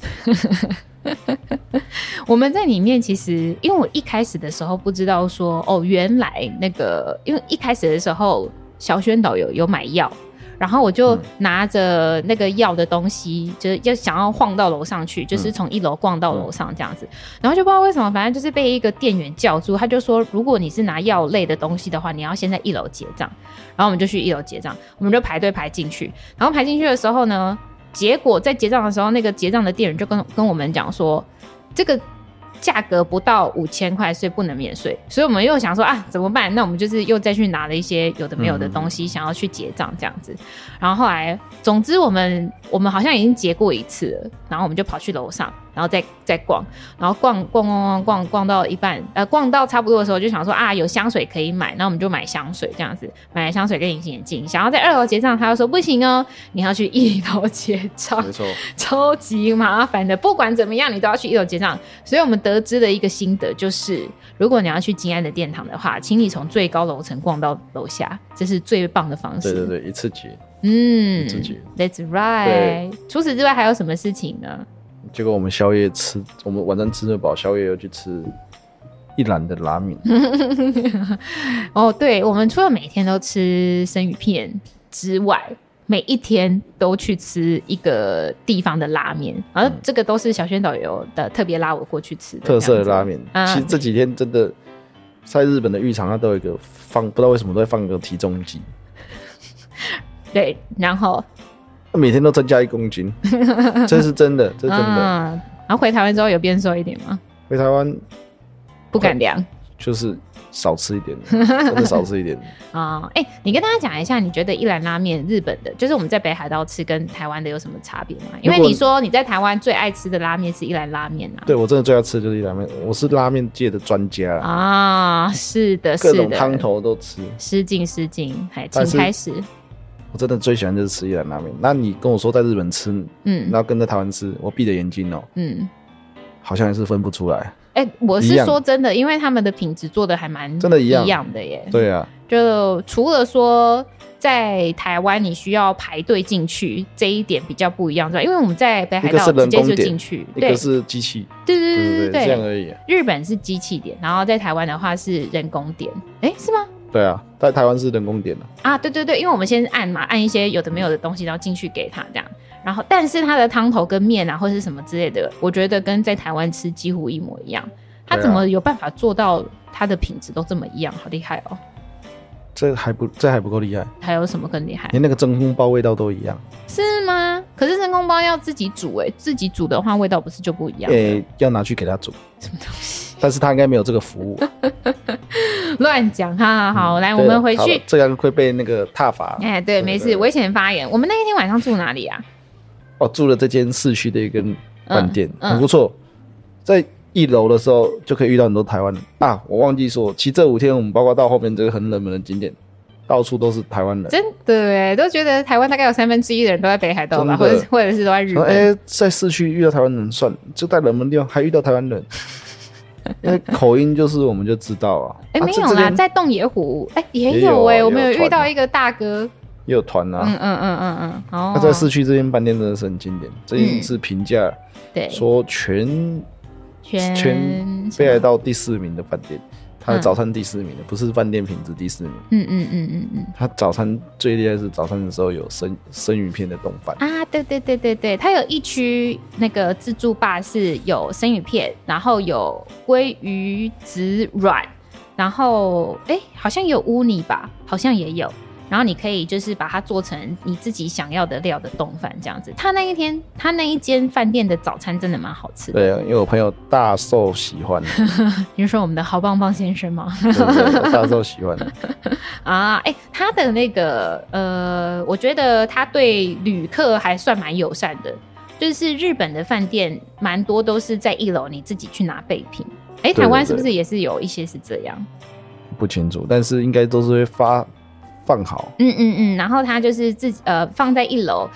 Speaker 1: 我们在里面其实，因为我一开始的时候不知道说，哦，原来那个，因为一开始的时候小轩导游有买药，然后我就
Speaker 2: 嗯
Speaker 1: 拿着那个药的东西，就是要想要晃到楼上去，就是
Speaker 2: 嗯
Speaker 1: 从一楼逛到楼上这样子，然后就不知道为什么，反正就是被一个店员叫住，他就说，如果你是拿药类的东西的话，你要先在一楼结账，然后我们就去一楼结账，我们就排队排进去，然后排进去的时候呢，结果在结账的时候，那个结账的店员就跟跟我们讲说，这个价格不到五千块，所以不能免税。所以我们又想说啊，怎么办？那我们就是又再去拿了一些有的没有的东西，想要去结账这样子。然后后来，总之我们我们好像已经结过一次了，然后我们就跑去楼上，然后再再逛，然后逛逛逛逛逛逛到一半，呃，逛到差不多的时候就想说啊，有香水可以买，那我们就买香水这样子，买了香水跟隐形眼镜，想要在二楼结账，他又说不行哦，你要去一楼结
Speaker 2: [laughs]
Speaker 1: 账
Speaker 2: 没，错，
Speaker 1: 超级麻烦的。不管怎么样，你都要去一楼结账。所以我们得知的一个心得就是，如果你要去金安的殿堂的话，请你从最高楼层逛到楼下，这是最棒的方式。
Speaker 2: 对对对，一次结，
Speaker 1: 嗯
Speaker 2: 自己
Speaker 1: ，That's right。除此之外还有什么事情呢？
Speaker 2: 结果我们宵夜吃，我们晚餐吃得饱，宵夜又去吃一兰的拉面，
Speaker 1: 哦，对，我们除了每天都吃生鱼片之外，每一天都去吃一个地方的拉面，然后这个都是小轩导游的特别拉我过去吃的
Speaker 2: 嗯特色的
Speaker 1: 这样
Speaker 2: 拉
Speaker 1: 子
Speaker 2: 面。
Speaker 1: 嗯
Speaker 2: 其实这几天真的，在日本的浴场，它都有一个放，不知道为什么都会放个体重机，
Speaker 1: 对，然后
Speaker 2: 每天都增加一公斤，这是真的，这是真的。
Speaker 1: 嗯，然后回台湾之后有变瘦一点吗？
Speaker 2: 回台湾
Speaker 1: 不敢量
Speaker 2: 就是少吃一点，真的少吃一点。
Speaker 1: 啊！哎、你跟大家讲一下，你觉得一兰拉面日本的，就是我们在北海道吃跟台湾的有什么差别吗？因为
Speaker 2: 如果
Speaker 1: 你说你在台湾最爱吃的拉面是一兰拉面啊。
Speaker 2: 对我真的最爱吃的就是一兰面，我是拉面界的专家啦，
Speaker 1: 啊，是的，
Speaker 2: 各
Speaker 1: 是
Speaker 2: 种汤
Speaker 1: 的，
Speaker 2: 头都吃。
Speaker 1: 失敬失敬，还请
Speaker 2: 但是
Speaker 1: 开始。
Speaker 2: 我真的最喜欢就是吃一兰拉面。那你跟我说在日本吃，
Speaker 1: 嗯
Speaker 2: 然后跟在台湾吃，我闭着眼睛哦、
Speaker 1: 嗯，
Speaker 2: 好像也是分不出来。
Speaker 1: 哎、我
Speaker 2: 一
Speaker 1: 是
Speaker 2: 样
Speaker 1: 说真的，因为他们的品质做的还蛮
Speaker 2: 真的一样
Speaker 1: 的耶。
Speaker 2: 对啊，
Speaker 1: 就除了说在台湾你需要排队进去这一点比较不一样之外，因为我们在北海
Speaker 2: 一个
Speaker 1: 道
Speaker 2: 是
Speaker 1: 直
Speaker 2: 人
Speaker 1: 接
Speaker 2: 工
Speaker 1: 就
Speaker 2: 点
Speaker 1: 进去，
Speaker 2: 一
Speaker 1: 对
Speaker 2: 个是机器，
Speaker 1: 对对
Speaker 2: 对
Speaker 1: 对
Speaker 2: 对
Speaker 1: 对
Speaker 2: 对，这样
Speaker 1: 对，
Speaker 2: 而已。啊
Speaker 1: 日本是机器点，然后在台湾的话是人工点，哎，是吗？
Speaker 2: 对啊，在台湾是人工点的，
Speaker 1: 啊，对对对，因为我们先按嘛，按一些有的没有的东西，然后进去给他这样。然后，但是它的汤头跟面啊，或是什么之类的，我觉得跟在台湾吃几乎一模一样。他
Speaker 2: 对啊
Speaker 1: 怎么有办法做到它的品质都这么一样？好厉害哦！
Speaker 2: 这还不这还不够厉害，
Speaker 1: 还有什么更厉害？
Speaker 2: 连那个真空包味道都一样。
Speaker 1: 是吗？可是真空包要自己煮哎、自己煮的话味道不是就不一样？
Speaker 2: 诶、要拿去给他煮，
Speaker 1: 什么东西？
Speaker 2: 但是他应该没有这个服
Speaker 1: [laughs]
Speaker 2: 务。
Speaker 1: 乱讲哈！好，来，我
Speaker 2: 嗯对了啊
Speaker 1: 们回
Speaker 2: 好
Speaker 1: 去
Speaker 2: 了这样会被那个踏伐。
Speaker 1: 哎，对，没事，
Speaker 2: 对
Speaker 1: 危险发言。我们那一天晚上住哪里啊？
Speaker 2: 哦，住了这间市区的一个饭店，
Speaker 1: 嗯
Speaker 2: 很不错，在一楼的时候就可以遇到很多台湾人啊。我忘记说，其实这五天我们包括到后面这个很冷门的景点，到处都是台湾人。
Speaker 1: 真的哎，都觉得台湾大概有三分之一的人都在北海道吧，
Speaker 2: 真的
Speaker 1: 或者是或者是都在日
Speaker 2: 说
Speaker 1: 本。
Speaker 2: 哎、在市区遇到台湾人算，就在冷门地方还遇到台湾
Speaker 1: [laughs]
Speaker 2: 人，因为口音就是我们就知道啊。
Speaker 1: 哎、
Speaker 2: 啊
Speaker 1: 没
Speaker 2: 这
Speaker 1: 有
Speaker 2: 这
Speaker 1: 啦，
Speaker 2: 边
Speaker 1: 在洞爷湖，哎、也
Speaker 2: 也
Speaker 1: 有
Speaker 2: 有
Speaker 1: 哎、
Speaker 2: 啊
Speaker 1: 我们
Speaker 2: 也有
Speaker 1: 有遇到
Speaker 2: 船啊
Speaker 1: 一个大哥，
Speaker 2: 也有团啊。
Speaker 1: 嗯嗯嗯嗯嗯，哦，
Speaker 2: 那在市区这间饭店真的是很经典，这间
Speaker 1: 嗯
Speaker 2: 是评价
Speaker 1: 对
Speaker 2: 说全
Speaker 1: 全
Speaker 2: 全
Speaker 1: 什
Speaker 2: 北海
Speaker 1: 么，
Speaker 2: 道第四名的饭店，它的
Speaker 1: 嗯
Speaker 2: 早餐第四名的，不是饭店品质第四名。
Speaker 1: 嗯嗯嗯嗯嗯。
Speaker 2: 它早餐最厉害是早餐的时候有生生鱼片的冻
Speaker 1: [laughs]
Speaker 2: 饭，
Speaker 1: 啊，对对对对对，它有一区那个自助吧是有生鱼片，然后有鲑鱼子软，然后哎好像有乌泥吧，好像也有。然后你可以就是把它做成你自己想要的料的冻饭这样子。他那一天，他那一间饭店的早餐真的蛮好吃的。
Speaker 2: 对啊，因为我朋友大受喜
Speaker 1: [laughs]
Speaker 2: 欢，啊
Speaker 1: 你是说我们的好棒棒先生吗？
Speaker 2: 对对对大受喜欢，
Speaker 1: 啊，哎、他的那个呃，我觉得他对旅客还算蛮友善的，就是日本的饭店蛮多都是在一楼你自己去拿备品。哎、
Speaker 2: 对对
Speaker 1: 台湾是
Speaker 2: 对
Speaker 1: 不是也是有一些是这样？
Speaker 2: 不清楚，但是应该都是会发放好，
Speaker 1: 嗯嗯嗯，然后他就是自己呃放在一楼。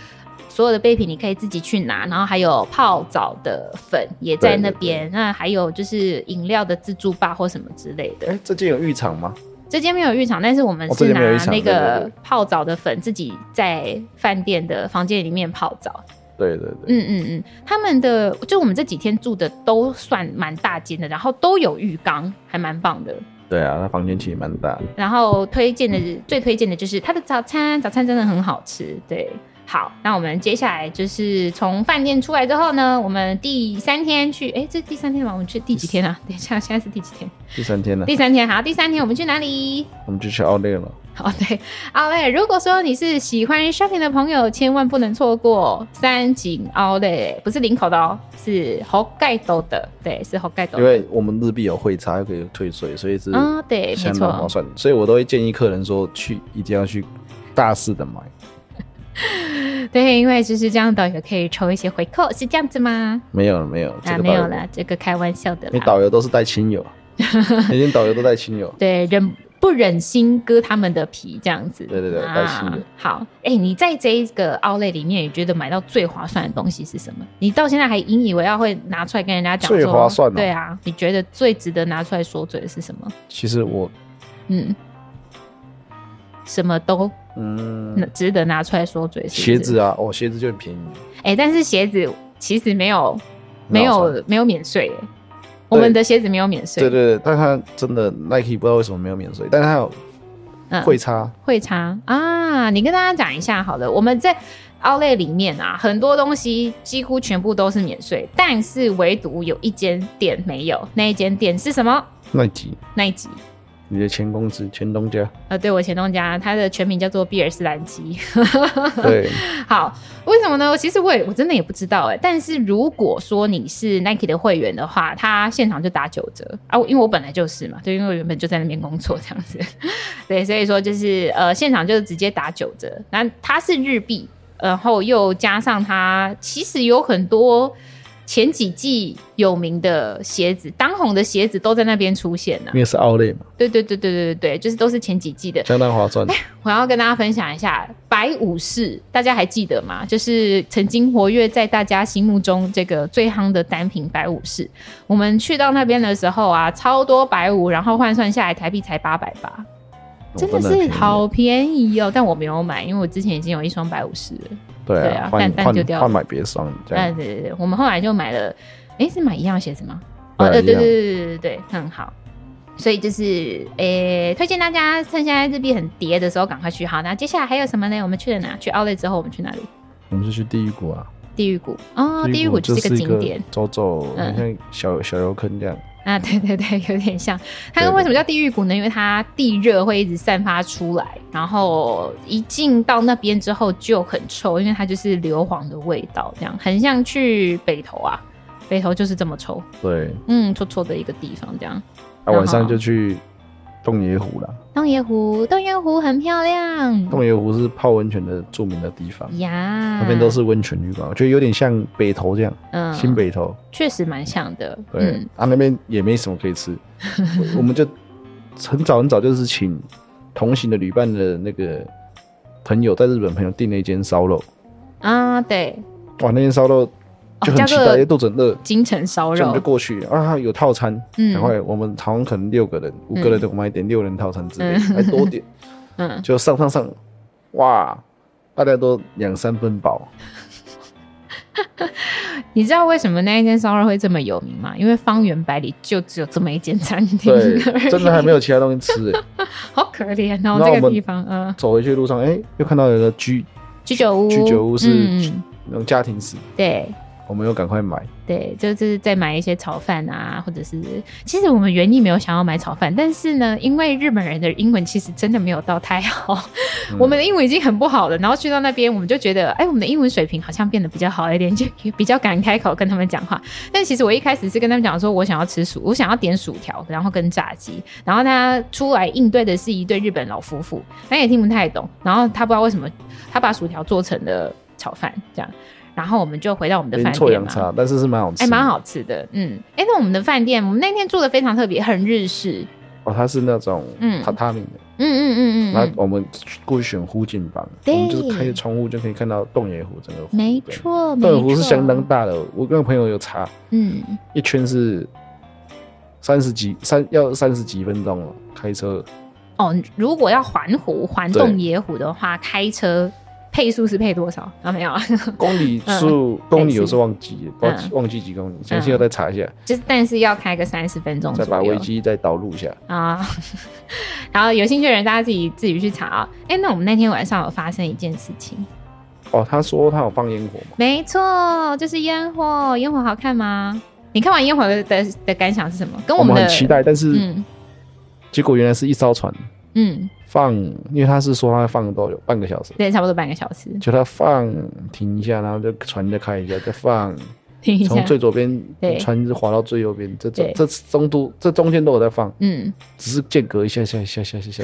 Speaker 1: 所有的备品你可以自己去拿，然后还有泡澡的粉也在
Speaker 2: 对对
Speaker 1: 那边，那还有就是饮料的自助吧或什么之类的。
Speaker 2: 哎、这间有浴场吗？
Speaker 1: 这间没有浴场，但是我们
Speaker 2: 哦
Speaker 1: 是
Speaker 2: 这间
Speaker 1: 拿
Speaker 2: 没有浴场
Speaker 1: 那
Speaker 2: 对
Speaker 1: 个
Speaker 2: 对对
Speaker 1: 泡澡的粉自己在饭店的房间里面泡澡。
Speaker 2: 对对对，
Speaker 1: 嗯嗯嗯，他们的就我们这几天住的都算蛮大间的，然后都有浴缸，还蛮棒的。
Speaker 2: 对啊，它房间其实蛮大的，嗯
Speaker 1: 然后推荐的、最推荐的就是它的早餐，早餐真的很好吃。对，好，那我们接下来就是从饭店出来之后呢，我们第三天去，哎、这是第三天吗？我们去第几天啊？等一下，现在是第几天？
Speaker 2: 第三天了，
Speaker 1: 第三天。好，第三天我们去哪里？
Speaker 2: 我们就去奥莱了。
Speaker 1: [laughs] 哦，对，奥莱。如果说你是喜欢 shopping 的朋友，千万不能错过三井奥莱，不是林口的哦，是猴盖斗的，对，是猴盖斗。
Speaker 2: 因为我们日币有汇差，又可以退税，所以是
Speaker 1: 啊、对，没
Speaker 2: 相当划
Speaker 1: 错，
Speaker 2: 算的。所以我都会建议客人说，去一定要去大肆的买。
Speaker 1: 对，因为就是这样导游可以抽一些回扣，是这样子吗？
Speaker 2: 没有了，没有了，这
Speaker 1: 啊，
Speaker 2: 个
Speaker 1: 没有
Speaker 2: 导游
Speaker 1: 啦，这个开玩笑的
Speaker 2: 你
Speaker 1: 啦。
Speaker 2: 导游都是带亲
Speaker 1: [laughs]
Speaker 2: 友，你连导游都带亲友，
Speaker 1: 对，忍不忍心割他们的皮这样子。啊
Speaker 2: 对对对带心的
Speaker 1: 好，哎、你在这一个奥莱里面，你觉得买到最划算的东西是什么？你到现在还引以为傲，会拿出来跟人家讲说
Speaker 2: 最划算哦
Speaker 1: 对啊，你觉得最值得拿出来说嘴的是什么？
Speaker 2: 其实我
Speaker 1: 嗯，什么都
Speaker 2: 嗯，
Speaker 1: 值得拿出来说嘴是不是
Speaker 2: 鞋子，啊，哦，鞋子就很便宜，
Speaker 1: 哎、但是鞋子其实没有
Speaker 2: 很
Speaker 1: 没
Speaker 2: 好穿
Speaker 1: 有没有免税、哎我们的鞋子没有免税，
Speaker 2: 对对对，但它真的 Nike 不知道为什么没有免税，但它有
Speaker 1: 嗯
Speaker 2: 汇差，
Speaker 1: 会差啊！你跟大家讲一下好了，我们在奥莱里面啊，很多东西几乎全部都是免税，但是唯独有一间店没有，那一间店是什么？
Speaker 2: Nike，
Speaker 1: 那一集。
Speaker 2: 你的前公司前东
Speaker 1: [laughs]
Speaker 2: 家，
Speaker 1: 呃，对我前东家，他的全名叫做比尔斯兰基。
Speaker 2: 对，
Speaker 1: [laughs] 好，为什么呢？其实我也我真的也不知道哎、但是如果说你是 Nike 的会员的话，他现场就打九折啊，因为我本来就是嘛，对，因为我原本就在那边工作这样子， [laughs] 对，所以说就是呃，现场就直接打九折。那它是日币，然后又加上它其实有很多前几季有名的鞋子，当红的鞋子都在那边出现了、
Speaker 2: 因为是奥莱嘛，
Speaker 1: 对对对对对对对，就是都是前几季的。
Speaker 2: 相当划算。
Speaker 1: 我要跟大家分享一下白武士，大家还记得吗？就是曾经活跃在大家心目中这个最夯的单品白武士。我们去到那边的时候啊，超多白五，然后换算下来台币才八百八，
Speaker 2: 我
Speaker 1: 真的
Speaker 2: 很
Speaker 1: 是
Speaker 2: 便宜
Speaker 1: 好，便宜哦。但我没有买，因为我之前已经有一双白武士了。
Speaker 2: 对
Speaker 1: 对
Speaker 2: 啊
Speaker 1: 啊，
Speaker 2: 换
Speaker 1: 但但就
Speaker 2: 换
Speaker 1: 掉了嗯
Speaker 2: 换买别双这
Speaker 1: 对
Speaker 2: 样，
Speaker 1: 对对对，我们后来就买了，诶，是买一样的鞋子吗？哦，对对
Speaker 2: 对一样
Speaker 1: 对对对对，很好。所以就是，诶、推荐大家趁现在日币很跌的时候赶快去。好，那接下来还有什么呢？我们去了哪？去奥莱之后，我们去哪里？
Speaker 2: 我们就去地狱谷啊，
Speaker 1: 地狱谷哦，地狱谷
Speaker 2: 就
Speaker 1: 就是是个景点，
Speaker 2: 走走，
Speaker 1: 嗯
Speaker 2: 很像小小油坑这样，
Speaker 1: 啊，对对对，有点像。它
Speaker 2: 对
Speaker 1: 为什么叫地狱谷呢？因为它地热会一直散发出来，然后一进到那边之后就很臭，因为它就是硫磺的味道，这样很像去北投啊。北投就是这么臭，
Speaker 2: 对，
Speaker 1: 嗯，臭臭的一个地方，这样。
Speaker 2: 啊，晚上
Speaker 1: 然后
Speaker 2: 就去洞爷湖啦。
Speaker 1: 洞爷湖，洞爷湖很漂亮
Speaker 2: 洞爷湖是泡温泉的著名的地方，
Speaker 1: 嗯呀，
Speaker 2: 那边都是温泉旅馆，我觉得有点像北投这样，
Speaker 1: 嗯，
Speaker 2: 新北投。
Speaker 1: 确实蛮像的，
Speaker 2: 对，
Speaker 1: 嗯，
Speaker 2: 啊，那边也没什么可
Speaker 1: [laughs]
Speaker 2: 以吃，我我们就很早很早就是请同行的旅伴的那个朋友，在日本朋友订了一间烧肉，
Speaker 1: 啊，对，
Speaker 2: 哇，那间烧肉就很
Speaker 1: 叫
Speaker 2: 期
Speaker 1: 做
Speaker 2: 待，因为肚子很热。
Speaker 1: 京城哦烧
Speaker 2: 所以我们就
Speaker 1: 肉，
Speaker 2: 过去啊，有套餐，
Speaker 1: 嗯
Speaker 2: 赶快！我们好像可能六个人、五个人，我们还点六人套餐之类的，
Speaker 1: 嗯
Speaker 2: 还多点，
Speaker 1: 嗯，
Speaker 2: 就上上上，哇，大家都两三分饱，
Speaker 1: 你知道为什么那一间烧肉会这么有名吗？因为方圆百里就只有这么一间餐厅而
Speaker 2: 对
Speaker 1: 已，，
Speaker 2: 真的还没有其他东西吃、欸。
Speaker 1: [laughs] 好可怜
Speaker 2: 然后
Speaker 1: 哦，
Speaker 2: 我
Speaker 1: 这
Speaker 2: 们
Speaker 1: 个地方，嗯，
Speaker 2: 走回去路上，哎、又看到有个居
Speaker 1: 居酒屋，
Speaker 2: 居酒屋是
Speaker 1: 嗯，
Speaker 2: 那种家庭式，
Speaker 1: 对。
Speaker 2: 我们又赶快买，
Speaker 1: 对，就是再买一些炒饭啊，或者是其实我们原意没有想要买炒饭，但是呢，因为日本人的英文其实真的没有到太好，
Speaker 2: 嗯
Speaker 1: 我们的英文已经很不好了，然后去到那边我们就觉得，哎，我们的英文水平好像变得比较好一点，就也比较敢开口跟他们讲话。但其实我一开始是跟他们讲说，我想要吃薯，我想要点薯条，然后跟炸鸡，然后他出来应对的是一对日本老夫妇，他也听不太懂，然后他不知道为什么他把薯条做成了炒饭这样。然后我们就回到我们的
Speaker 2: 有点
Speaker 1: 饭
Speaker 2: 臭
Speaker 1: 店
Speaker 2: 洋
Speaker 1: 嘛，
Speaker 2: 茶，但是是蛮好吃，
Speaker 1: 哎、蛮。好吃的，嗯，哎、那我们的饭店，我们那天住的非常特别，很日式，
Speaker 2: 哦，它是那种
Speaker 1: 嗯
Speaker 2: 榻榻米的，
Speaker 1: 嗯嗯嗯嗯
Speaker 2: 然后
Speaker 1: 嗯，
Speaker 2: 我们过去选湖景房，我
Speaker 1: 对
Speaker 2: 们就是开着窗户就可以看到洞爷湖整个湖，
Speaker 1: 没。错，
Speaker 2: 洞
Speaker 1: 没
Speaker 2: 爷湖
Speaker 1: 错，
Speaker 2: 是相当，大的，我跟朋友有查，
Speaker 1: 嗯，
Speaker 2: 一圈是三十几三要三十几分钟了，开车
Speaker 1: 哦，如果要环湖、环洞野湖的话，开车配速是配多少？啊，没有啊， [laughs]
Speaker 2: 公里
Speaker 1: 嗯
Speaker 2: 数、公里有时候忘记了，忘记
Speaker 1: 嗯
Speaker 2: 忘记几公里，相信要再查一下，
Speaker 1: 就是但是要开个三十分钟
Speaker 2: 再把
Speaker 1: 左右
Speaker 2: 维基再导入一下。
Speaker 1: 啊。 [laughs] 然后有兴趣的人，大家自己自己去查啊。哎、那我们那天晚上有发生一件事情，
Speaker 2: 哦，他说他有放烟火嘛，
Speaker 1: 没错，就是烟火，烟火好看吗？你看完烟火的的的感想是什么？跟
Speaker 2: 我
Speaker 1: 们
Speaker 2: 们
Speaker 1: 的
Speaker 2: 很期待，但是
Speaker 1: 嗯
Speaker 2: 结果原来是一艘船
Speaker 1: 嗯，
Speaker 2: 放，因为他是说他放多久，半个小时，
Speaker 1: 对，差不多半个小时，
Speaker 2: 就他放停一下，然后就船再开一下，再放，
Speaker 1: 听一下
Speaker 2: 从，最左边
Speaker 1: 对
Speaker 2: 船一直滑到最右边，这这
Speaker 1: 对
Speaker 2: 这中途这中间都有在放，
Speaker 1: 嗯，
Speaker 2: 只是间隔一下下下下 下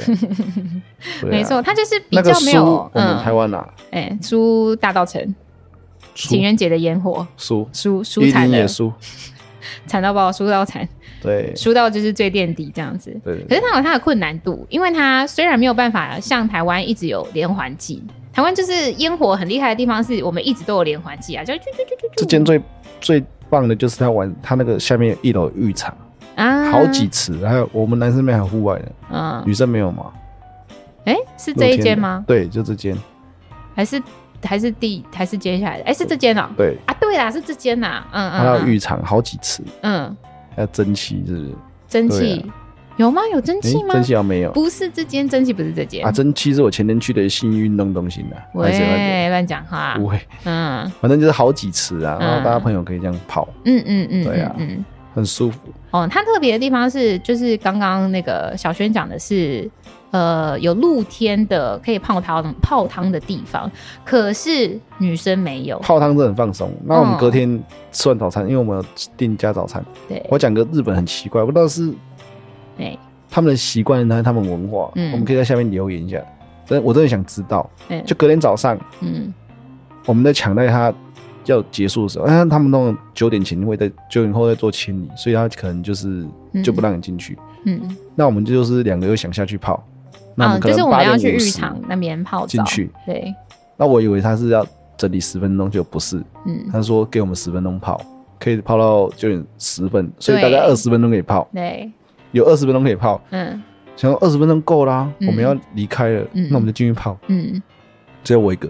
Speaker 1: [laughs]
Speaker 2: 下，对啊
Speaker 1: 没错，它就是比
Speaker 2: 那个
Speaker 1: 较没
Speaker 2: 书
Speaker 1: 有
Speaker 2: 我，们台
Speaker 1: 嗯，
Speaker 2: 湾啊，
Speaker 1: 哎，出大道城
Speaker 2: 书
Speaker 1: 情人节的烟火，
Speaker 2: 书
Speaker 1: 输输
Speaker 2: 一
Speaker 1: 惨
Speaker 2: 零
Speaker 1: 了
Speaker 2: 也，输，
Speaker 1: 惨到爆，输到惨，
Speaker 2: 对
Speaker 1: 输到就是最垫底这样子。
Speaker 2: 对
Speaker 1: 可
Speaker 2: 对
Speaker 1: 是它有它的困难度，因为它虽然没有办法像台湾一直有连环计，台湾就是烟火很厉害的地方，是我们一直都有连环计啊，就啾啾啾啾啾
Speaker 2: 这间最最棒的就是他玩他那个下面一楼有浴场，
Speaker 1: 啊
Speaker 2: 好几池，还有我们男生没有户外的，
Speaker 1: 嗯，
Speaker 2: 女生没有嘛？
Speaker 1: 哎、是这一间吗？
Speaker 2: 露天的？对，就这间。
Speaker 1: 还是还是第还是接下来的？哎、是这间哦、
Speaker 2: 对，
Speaker 1: 啊，对啦，是这间呐，嗯嗯，
Speaker 2: 它那
Speaker 1: 嗯
Speaker 2: 有浴场好几池，
Speaker 1: 嗯，
Speaker 2: 要蒸汽是不是？
Speaker 1: 蒸
Speaker 2: 对啊
Speaker 1: 汽、有吗？有蒸汽
Speaker 2: 诶
Speaker 1: 吗？
Speaker 2: 蒸汽好像没有
Speaker 1: 不是这间，蒸汽不是这间
Speaker 2: 啊，。蒸汽是我前天去的新运动中心啊，还是那边
Speaker 1: 喂，乱讲话。
Speaker 2: 不会，
Speaker 1: 嗯
Speaker 2: 反正就是好几池啊，然后大家朋友可以这样泡，
Speaker 1: 嗯嗯嗯，
Speaker 2: 对啊
Speaker 1: 嗯嗯
Speaker 2: 很舒服。
Speaker 1: 哦，它特别的地方是，就是刚刚那个小轩讲的是，呃，有露天的可以泡汤泡汤的地方，可是女生没有。
Speaker 2: 泡汤真的很放松。那我们
Speaker 1: 嗯
Speaker 2: 隔天吃完早餐，因为我们有订家早餐，
Speaker 1: 对，
Speaker 2: 我讲个日本很奇怪，不知道是
Speaker 1: 哎
Speaker 2: 他们的习惯还是他们文化，
Speaker 1: 嗯
Speaker 2: 我们可以在下面留言一下。真的我真的想知道，
Speaker 1: 哎，
Speaker 2: 就隔天早上
Speaker 1: 嗯
Speaker 2: 我们在抢在他要结束的时候，但他们那种九点前会在九点后再做清理，所以他可能就是
Speaker 1: 嗯
Speaker 2: 就不让你进去。
Speaker 1: 嗯，
Speaker 2: 那我们就是两个又想下去泡，那我
Speaker 1: 啊，
Speaker 2: 们可
Speaker 1: 就是
Speaker 2: 能
Speaker 1: 我
Speaker 2: 八
Speaker 1: 们要去
Speaker 2: 点
Speaker 1: 浴
Speaker 2: 五十
Speaker 1: 场那边泡
Speaker 2: 进
Speaker 1: 澡。
Speaker 2: 去。
Speaker 1: 对，
Speaker 2: 那我以为他是要整理十分钟，就不是，
Speaker 1: 嗯，
Speaker 2: 他说给我们十分钟泡，可以泡到九点十分，所以大
Speaker 1: 对
Speaker 2: 概二十分钟可以泡，
Speaker 1: 对，
Speaker 2: 有二十分钟可以泡。
Speaker 1: 嗯
Speaker 2: 想说二十分钟够啦，
Speaker 1: 嗯
Speaker 2: 我们要离开了，
Speaker 1: 嗯
Speaker 2: 那我们就进去泡。
Speaker 1: 嗯。
Speaker 2: 只有我一个，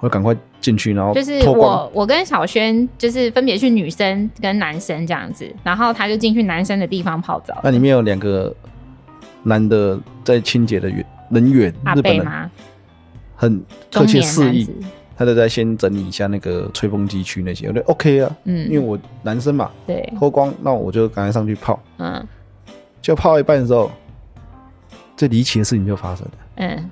Speaker 2: 我赶快进去，然后
Speaker 1: 就是
Speaker 2: 脱光。
Speaker 1: 我我跟小轩就是分别去女生跟男生这样子，然后他就进去男生的地方泡澡。
Speaker 2: 啊那里面有两个男的在清洁的员人员，
Speaker 1: 阿
Speaker 2: 日本
Speaker 1: 贝
Speaker 2: 人
Speaker 1: 吗？
Speaker 2: 很客
Speaker 1: 中
Speaker 2: 气
Speaker 1: 年
Speaker 2: 示
Speaker 1: 男
Speaker 2: 意
Speaker 1: 子，，
Speaker 2: 他就在先整理一下那个吹风机区那些，我觉得 OK 啊，因为
Speaker 1: 嗯，
Speaker 2: 我男生嘛，
Speaker 1: 对，
Speaker 2: 脱光，那我就赶快上去泡。
Speaker 1: 嗯
Speaker 2: 就泡到一半的时候，最离奇的事情就发生了，
Speaker 1: 嗯，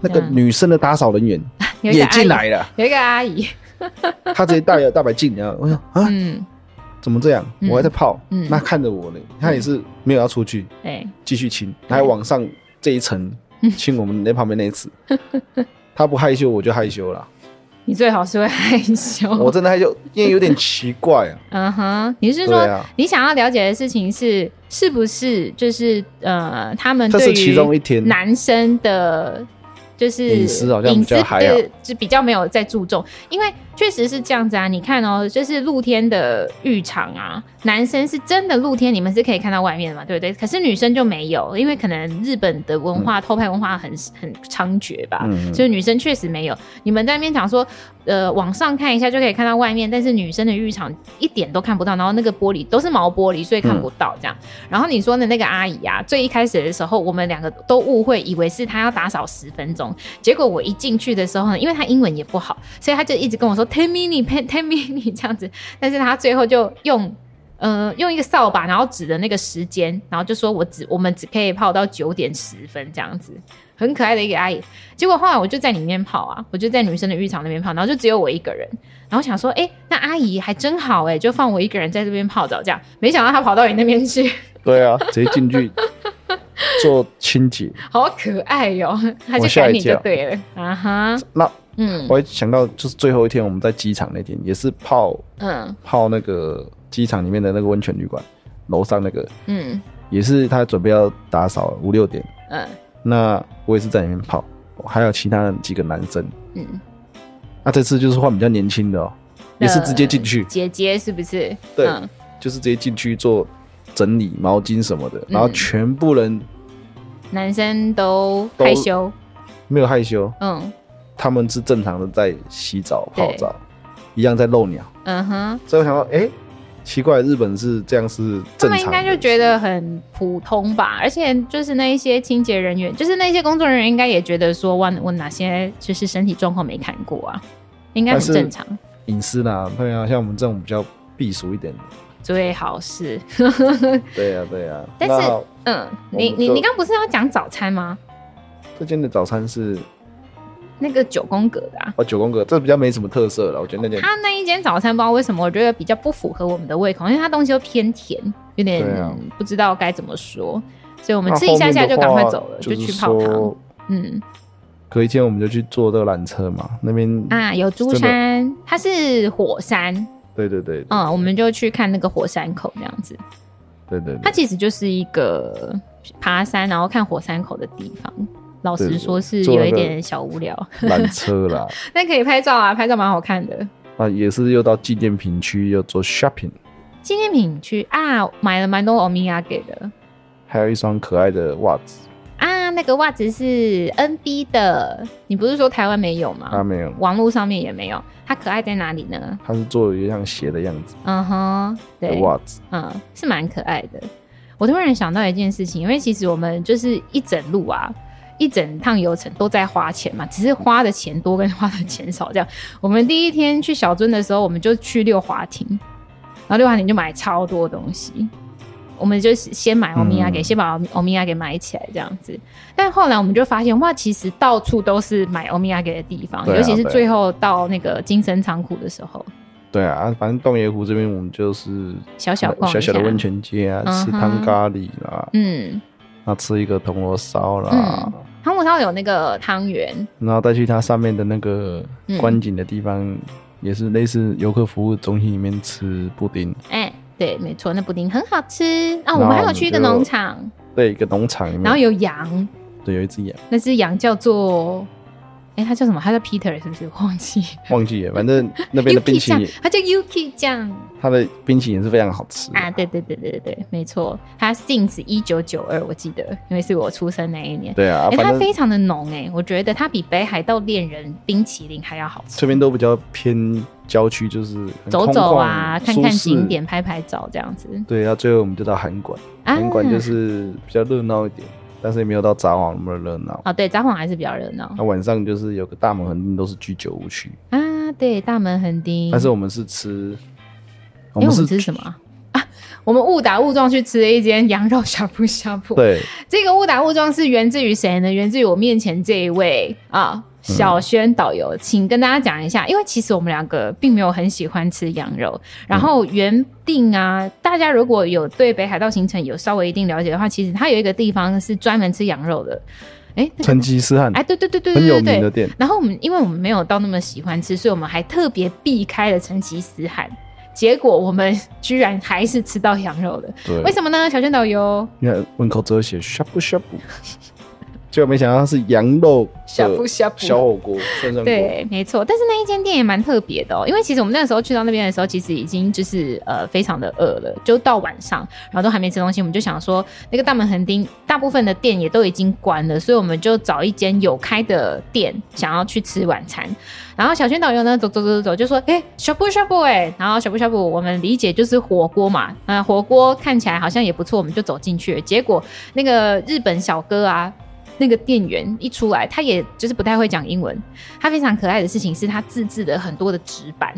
Speaker 2: 那个
Speaker 1: 嗯
Speaker 2: 女生的打扫人员
Speaker 1: 有一个
Speaker 2: 也
Speaker 1: 阿姨
Speaker 2: 进，来了，
Speaker 1: 有一个阿姨， [laughs]
Speaker 2: 她直接带了大白镜，然后我想啊，
Speaker 1: 嗯，
Speaker 2: 怎么这样？
Speaker 1: 嗯
Speaker 2: 我还在泡，
Speaker 1: 嗯
Speaker 2: 那看着我呢，她也是没有要出去，
Speaker 1: 对，
Speaker 2: 继续亲，她还往上这一层
Speaker 1: 嗯
Speaker 2: 亲我们那旁边那一
Speaker 1: [laughs]
Speaker 2: 次，她不害羞，我就害羞了，
Speaker 1: 你最好是会害羞。
Speaker 2: 我真的害羞，因为有点奇
Speaker 1: [laughs]
Speaker 2: 怪啊，
Speaker 1: 嗯哼，你是
Speaker 2: 对
Speaker 1: 说、
Speaker 2: 啊，
Speaker 1: 你想要了解的事情是是不是就是呃，他们
Speaker 2: 这
Speaker 1: 对
Speaker 2: 是
Speaker 1: 于
Speaker 2: 其中一天
Speaker 1: 男生的，就是
Speaker 2: 隐私好像
Speaker 1: 隐
Speaker 2: 比较
Speaker 1: 私
Speaker 2: 还好
Speaker 1: 对就比较没有在注重，因为确实是这样子啊。你看哦，就是露天的浴场啊，男生是真的露天，你们是可以看到外面的嘛，对不对？可是女生就没有，因为可能日本的文化、偷拍文化很很猖獗吧，
Speaker 2: 嗯，
Speaker 1: 所以女生确实没有。你们在那边讲说，呃，往上看一下就可以看到外面，但是女生的浴场一点都看不到，然后那个玻璃都是毛玻璃，所以看不到这样。然后你说的那个阿姨啊，最一开始的时候，我们两个都误会，以为是她要打扫十分钟，结果我一进去的时候呢，因为她英文也不好，所以她就一直跟我说 ten minute ten ten minute 这样子，但是她最后就用。呃，用一个扫把，然后指的那个时间，然后就说我只我们只可以泡到九点十分这样子，很可爱的一个阿姨。结果后来我就在里面泡啊，我就在女生的浴场那边泡，然后就只有我一个人。然后想说，哎、那阿姨还真好哎、就放我一个人在这边泡澡这样。没想到她跑到你那边去，
Speaker 2: 对啊，直接进去做清洁，
Speaker 1: 好可爱哟、 [laughs] 她就
Speaker 2: 我吓
Speaker 1: 赶
Speaker 2: 一
Speaker 1: 你就
Speaker 2: 跳
Speaker 1: 对了啊哈，
Speaker 2: 那。
Speaker 1: 嗯
Speaker 2: 我还想到，就是最后一天我们在机场那天，也是泡
Speaker 1: 嗯
Speaker 2: 泡那个机场里面的那个温泉旅馆楼上那个，
Speaker 1: 嗯
Speaker 2: 也是他准备要打扫了五六点，
Speaker 1: 嗯
Speaker 2: 那我也是在里面泡，还有其他几个男生。
Speaker 1: 嗯，呃
Speaker 2: 那这次就是换比较年轻的哦，也是直接进去，
Speaker 1: 姐姐是不是？
Speaker 2: 对
Speaker 1: 嗯
Speaker 2: 就是直接进去做整理毛巾什么
Speaker 1: 嗯
Speaker 2: 的，然后全部人
Speaker 1: 男生都
Speaker 2: 都
Speaker 1: 害羞，
Speaker 2: 没有害羞，
Speaker 1: 嗯
Speaker 2: 他们是正常的在洗澡
Speaker 1: 对
Speaker 2: 泡澡，一样在露鸟。
Speaker 1: 嗯哼，
Speaker 2: 所以我想说，哎、奇怪，日本是这样是
Speaker 1: 他
Speaker 2: 正常的，
Speaker 1: 们应该就觉得很普通吧，而且就是那一些清洁人员，就是那些工作人员，应该也觉得说，哇，我哪些就是身体状况没看过啊？应该很
Speaker 2: 但是
Speaker 1: 正常。
Speaker 2: 隐私啦，对啊，像我们这种比较避俗一
Speaker 1: [laughs]
Speaker 2: 点的，
Speaker 1: 最好是，
Speaker 2: 对啊，对啊。
Speaker 1: 但是
Speaker 2: 那
Speaker 1: 嗯，
Speaker 2: 我
Speaker 1: 你
Speaker 2: 们
Speaker 1: 你
Speaker 2: 就
Speaker 1: 你刚不是要讲早餐吗？
Speaker 2: 这间的早餐是
Speaker 1: 那个九宫格的、啊，
Speaker 2: 哦九宫格，这比较没什么特色了，我觉得那间
Speaker 1: 他那一间早餐不知道为什么，我觉得比较不符合我们的胃口，因为它东西都偏甜，有点
Speaker 2: 对啊
Speaker 1: 不知道该怎么说，所以我
Speaker 2: 我
Speaker 1: 们吃一下下就赶快走了，就去泡汤。。嗯
Speaker 2: 隔一天我们就去坐这个缆车嘛，那边
Speaker 1: 啊，有珠
Speaker 2: 嗯真的
Speaker 1: 山，它是火山，
Speaker 2: 对对对，
Speaker 1: 嗯，我们就去看那个火山口这样子。
Speaker 2: 对对
Speaker 1: 它
Speaker 2: 对，
Speaker 1: 其实就是一个爬山然后看火山口的地方。老
Speaker 2: 对
Speaker 1: 实
Speaker 2: 对
Speaker 1: 说，是
Speaker 2: 坐那
Speaker 1: 有
Speaker 2: 个
Speaker 1: 一点小无聊，
Speaker 2: 缆
Speaker 1: [laughs]
Speaker 2: 车啦，
Speaker 1: 但可以拍照啊，拍照蛮好看的。
Speaker 2: 啊也是又到纪念品区又做 shopping，
Speaker 1: 纪念品区啊，买了蛮多欧米亚给的
Speaker 2: 还有一双可爱的袜子，
Speaker 1: 啊，那个袜子是 NB 的，你不是说台湾没有吗？
Speaker 2: 啊没有，
Speaker 1: 网络上面也没有，它可爱在哪里呢？
Speaker 2: 它是做的有点像鞋的样子
Speaker 1: 嗯哼，
Speaker 2: 的
Speaker 1: 对，
Speaker 2: 袜子，
Speaker 1: 嗯，是蛮可爱的。我突然想到一件事情，因为其实我们就是一整路啊，一整趟游程都在花钱嘛，只是花的钱多跟花的钱少这样。我们第一天去小樽的时候，我们就去溜滑亭，然后溜滑亭就买超多东西。我们就先买欧米亚给，
Speaker 2: 嗯
Speaker 1: 先把欧米亚给买起来这样子。但后来我们就发现，哇，其实到处都是买欧米亚给的地方，
Speaker 2: 对啊
Speaker 1: 尤其是
Speaker 2: 对啊
Speaker 1: 最后到那个金森仓库的时候，
Speaker 2: 对啊，啊反正洞爷湖这边我们就是
Speaker 1: 小小逛一下
Speaker 2: 小小的温泉街啊，
Speaker 1: 嗯哼
Speaker 2: 吃汤咖喱啦，
Speaker 1: 嗯，
Speaker 2: 那吃一个铜锣烧啦，
Speaker 1: 汤姆烧有那个汤圆，
Speaker 2: 然后再去它上面的那个
Speaker 1: 嗯
Speaker 2: 观景的地方，也是类似游客服务中心里面吃布丁。
Speaker 1: 哎、对，没错，那布丁很好吃。啊、
Speaker 2: 后
Speaker 1: 我们还
Speaker 2: 我
Speaker 1: 有
Speaker 2: 们
Speaker 1: 去一个
Speaker 2: 就嗯
Speaker 1: 农场，
Speaker 2: 对，一个农场里面，
Speaker 1: 然后有羊，
Speaker 2: 对有一只羊，
Speaker 1: 那只羊叫做，哎、它叫什么？它叫 Peter 是不是？我忘记。
Speaker 2: 忘记了，反正那边的冰
Speaker 1: Yuki
Speaker 2: 淇
Speaker 1: 酱
Speaker 2: 淋，，
Speaker 1: 它叫 Yuki 酱
Speaker 2: 它的冰淇淋是非常好吃的
Speaker 1: 啊！对对对对对对，没错，它 since 一九九二，我记得，因为是我出生那一年。
Speaker 2: 对啊，
Speaker 1: 哎、它
Speaker 2: 反正
Speaker 1: 非常的浓哎、我觉得它比北海道恋人冰淇淋还要好吃。
Speaker 2: 这边都比较偏郊区，就是很
Speaker 1: 走
Speaker 2: 空
Speaker 1: 走
Speaker 2: 旷
Speaker 1: 啊，看看景。
Speaker 2: 舒适
Speaker 1: 点，拍拍照这样子。
Speaker 2: 对，那最后我们就到韩馆，
Speaker 1: 啊
Speaker 2: 韩馆就是比较热闹一点，但是也没有到札幌那么热闹。
Speaker 1: 哦，对，札幌还是比较热闹
Speaker 2: 那晚上就是有个大门横定都是居酒屋区，
Speaker 1: 啊。对，大门横丁。
Speaker 2: 但是我们是吃，哎我
Speaker 1: 因为嗯
Speaker 2: 们
Speaker 1: 我
Speaker 2: 是
Speaker 1: 们吃什么啊？啊我们误打误撞去吃了一间羊肉呷哺呷哺。
Speaker 2: 对
Speaker 1: 这个误打误撞是源自于谁呢？源自于我面前这一位啊，小
Speaker 2: 嗯
Speaker 1: 轩导游，请跟大家讲一下，因为其实我们两个并没有很喜欢吃羊肉，
Speaker 2: 嗯
Speaker 1: 然后原定啊，大家如果有对北海道行程有稍微一定了解的话，其实它有一个地方是专门吃羊肉的，哎、那个
Speaker 2: [laughs] 成吉思汗
Speaker 1: 哎，对对对对对
Speaker 2: 嗯很有
Speaker 1: 对
Speaker 2: 名
Speaker 1: 对
Speaker 2: 的店，
Speaker 1: 然后我们因为我们没有到那么喜欢吃，所以我们还特别避开了成吉思汗。结果我们居然还是吃到羊肉的，
Speaker 2: 对
Speaker 1: 为，什么呢？小轩导游，
Speaker 2: 你看门口只有写 “shop shop”，结果没想到它是羊肉
Speaker 1: 呷哺
Speaker 2: 的
Speaker 1: 呷
Speaker 2: 小
Speaker 1: 哺。
Speaker 2: 火锅、涮涮锅，
Speaker 1: 对，没错，但是那一间店也蛮特别的哦，因为其实我们那个时候去到那边的时候，其实已经就是呃非常的饿了，就到晚上，然后都还没吃东西，我们就想说那个大门横丁大部分的店也都已经关了，所以我们就找一间有开的店想要去吃晚餐。然后小轩导游呢，走走走走走，就说：“哎、小布小布哎。”然后小布小布，我们理解就是火锅嘛，那、火锅看起来好像也不错，我们就走进去了。结果那个日本小哥啊，那个店员一出来，他也就是不太会讲英文。他非常可爱的事情是他自制的很多的纸板。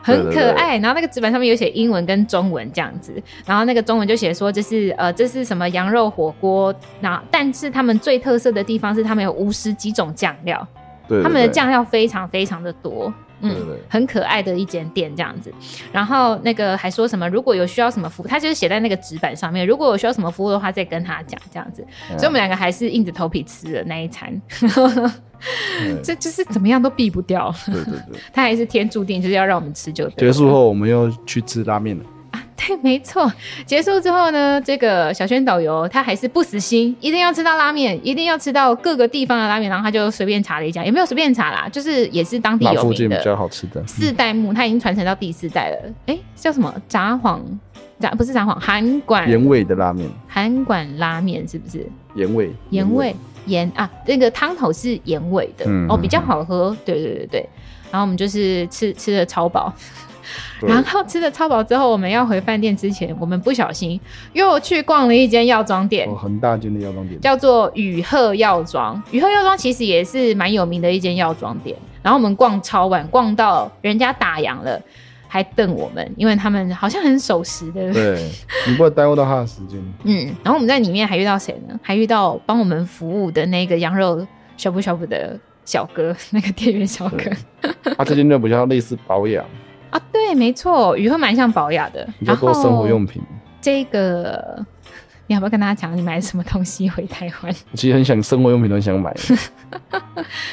Speaker 1: 很
Speaker 2: 对
Speaker 1: 可
Speaker 2: 对对
Speaker 1: 爱，然后那个纸板上面有写英文跟中文这样子，然后那个中文就写说这是呃这是什么羊肉火锅，然后但是他们最特色的地方是他们有五十几种酱料，
Speaker 2: 对对
Speaker 1: 他们的
Speaker 2: 对
Speaker 1: 酱料非常非常的多，嗯，
Speaker 2: 对对对
Speaker 1: 很可爱的一间店这样子。然后那个还说什么如果有需要什么服务，他就是写在那个纸板上面，如果有需要什么服务的话再跟他讲这样子。
Speaker 2: 嗯
Speaker 1: 所以我们两个还是硬着头皮吃了那一餐，
Speaker 2: 对
Speaker 1: [laughs] 这就是怎么样都避不掉，
Speaker 2: 对对对。
Speaker 1: 他还是天注定就是要让我们吃就对
Speaker 2: 结
Speaker 1: 了
Speaker 2: 束后，我们又去吃拉面了。
Speaker 1: 对，没错。结束之后呢，这个小轩导游他还是不死心，一定要吃到拉面，一定要吃到各个地方的拉面。然后他就随便查了一家，也没有随便查啦，就是也是当地
Speaker 2: 那
Speaker 1: 有
Speaker 2: 附
Speaker 1: 名
Speaker 2: 近比
Speaker 1: 的。
Speaker 2: 较好吃的，
Speaker 1: 四代目，它已经传承到第四代了。哎、叫什么？札幌，札不是札幌，韩馆，
Speaker 2: 盐味的拉面，
Speaker 1: 韩馆拉面是不是？
Speaker 2: 盐味，
Speaker 1: 盐味，盐啊，那个汤头是盐味的，
Speaker 2: 嗯
Speaker 1: 哦，比较好喝。对对对对。然后我们就是吃吃的超饱，
Speaker 2: 对
Speaker 1: 然后吃了超饱之后，我们要回饭店之前，我们不小心又去逛了一间药妆店。
Speaker 2: 哦，很大间的药妆店，
Speaker 1: 叫做雨鹤药妆。雨鹤药妆其实也是蛮有名的一间药妆店，然后我们逛超晚，逛到人家打烊了，还瞪我们，因为他们好像很守时的。
Speaker 2: 对，你不会耽误到他的时间。
Speaker 1: 嗯，然后我们在里面还遇到谁呢？还遇到帮我们服务的那个羊肉小布小布的小哥，那个店员小哥
Speaker 2: 对他这间店比较类似保养，
Speaker 1: 啊，对，没错，宇赫蛮像保雅的，
Speaker 2: 比较多生活用品。
Speaker 1: 这个，你要不要跟大家讲你买什么东西回台湾？
Speaker 2: 其实很想生活用品都很
Speaker 1: [laughs]
Speaker 2: 想买，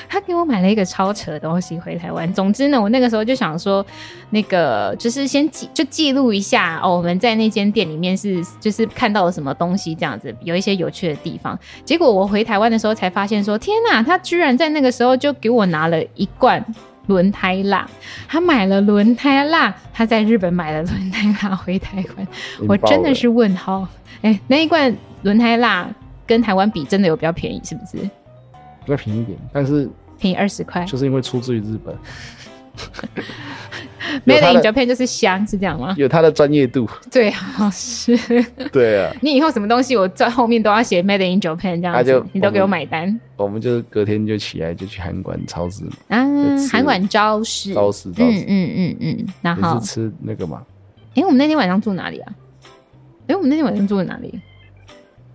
Speaker 1: 他给我买了一个超扯的东西回台湾。总之呢，我那个时候就想说，那个就是先记就记录一下哦，我们在那间店里面是就是看到了什么东西，这样子有一些有趣的地方。结果我回台湾的时候才发现说，天哪，他居然在那个时候就给我拿了一罐。轮胎蜡，他买了轮胎蜡，他在日本买了轮胎蜡回台湾，我真的是问号。哎、那一罐轮胎蜡跟台湾比，真的有比较便宜，是不是？
Speaker 2: 比较便宜一点，但是
Speaker 1: 便宜二十块。
Speaker 2: 就是因为出自于日本，
Speaker 1: [laughs]
Speaker 2: 有
Speaker 1: Made
Speaker 2: 他
Speaker 1: in
Speaker 2: 的
Speaker 1: Japan 就是香，是这样吗？
Speaker 2: 有他的专业
Speaker 1: [laughs]
Speaker 2: 度。
Speaker 1: 最好是。
Speaker 2: 对啊，
Speaker 1: 你以后什么东西，我在后面都要写 Made in Japan 这样
Speaker 2: 那
Speaker 1: 子
Speaker 2: 就，
Speaker 1: 你都
Speaker 2: 我们
Speaker 1: 给我买单
Speaker 2: 我们就是隔天就起来就去韩馆超市，
Speaker 1: 啊
Speaker 2: 吃！
Speaker 1: 韩馆招式，
Speaker 2: 超市超
Speaker 1: 嗯
Speaker 2: 市，
Speaker 1: 嗯嗯嗯。然
Speaker 2: 也
Speaker 1: 后
Speaker 2: 是，吃那个嘛，
Speaker 1: 哎，我们那天晚上住哪里啊？哎，我们那天晚上住的哪里？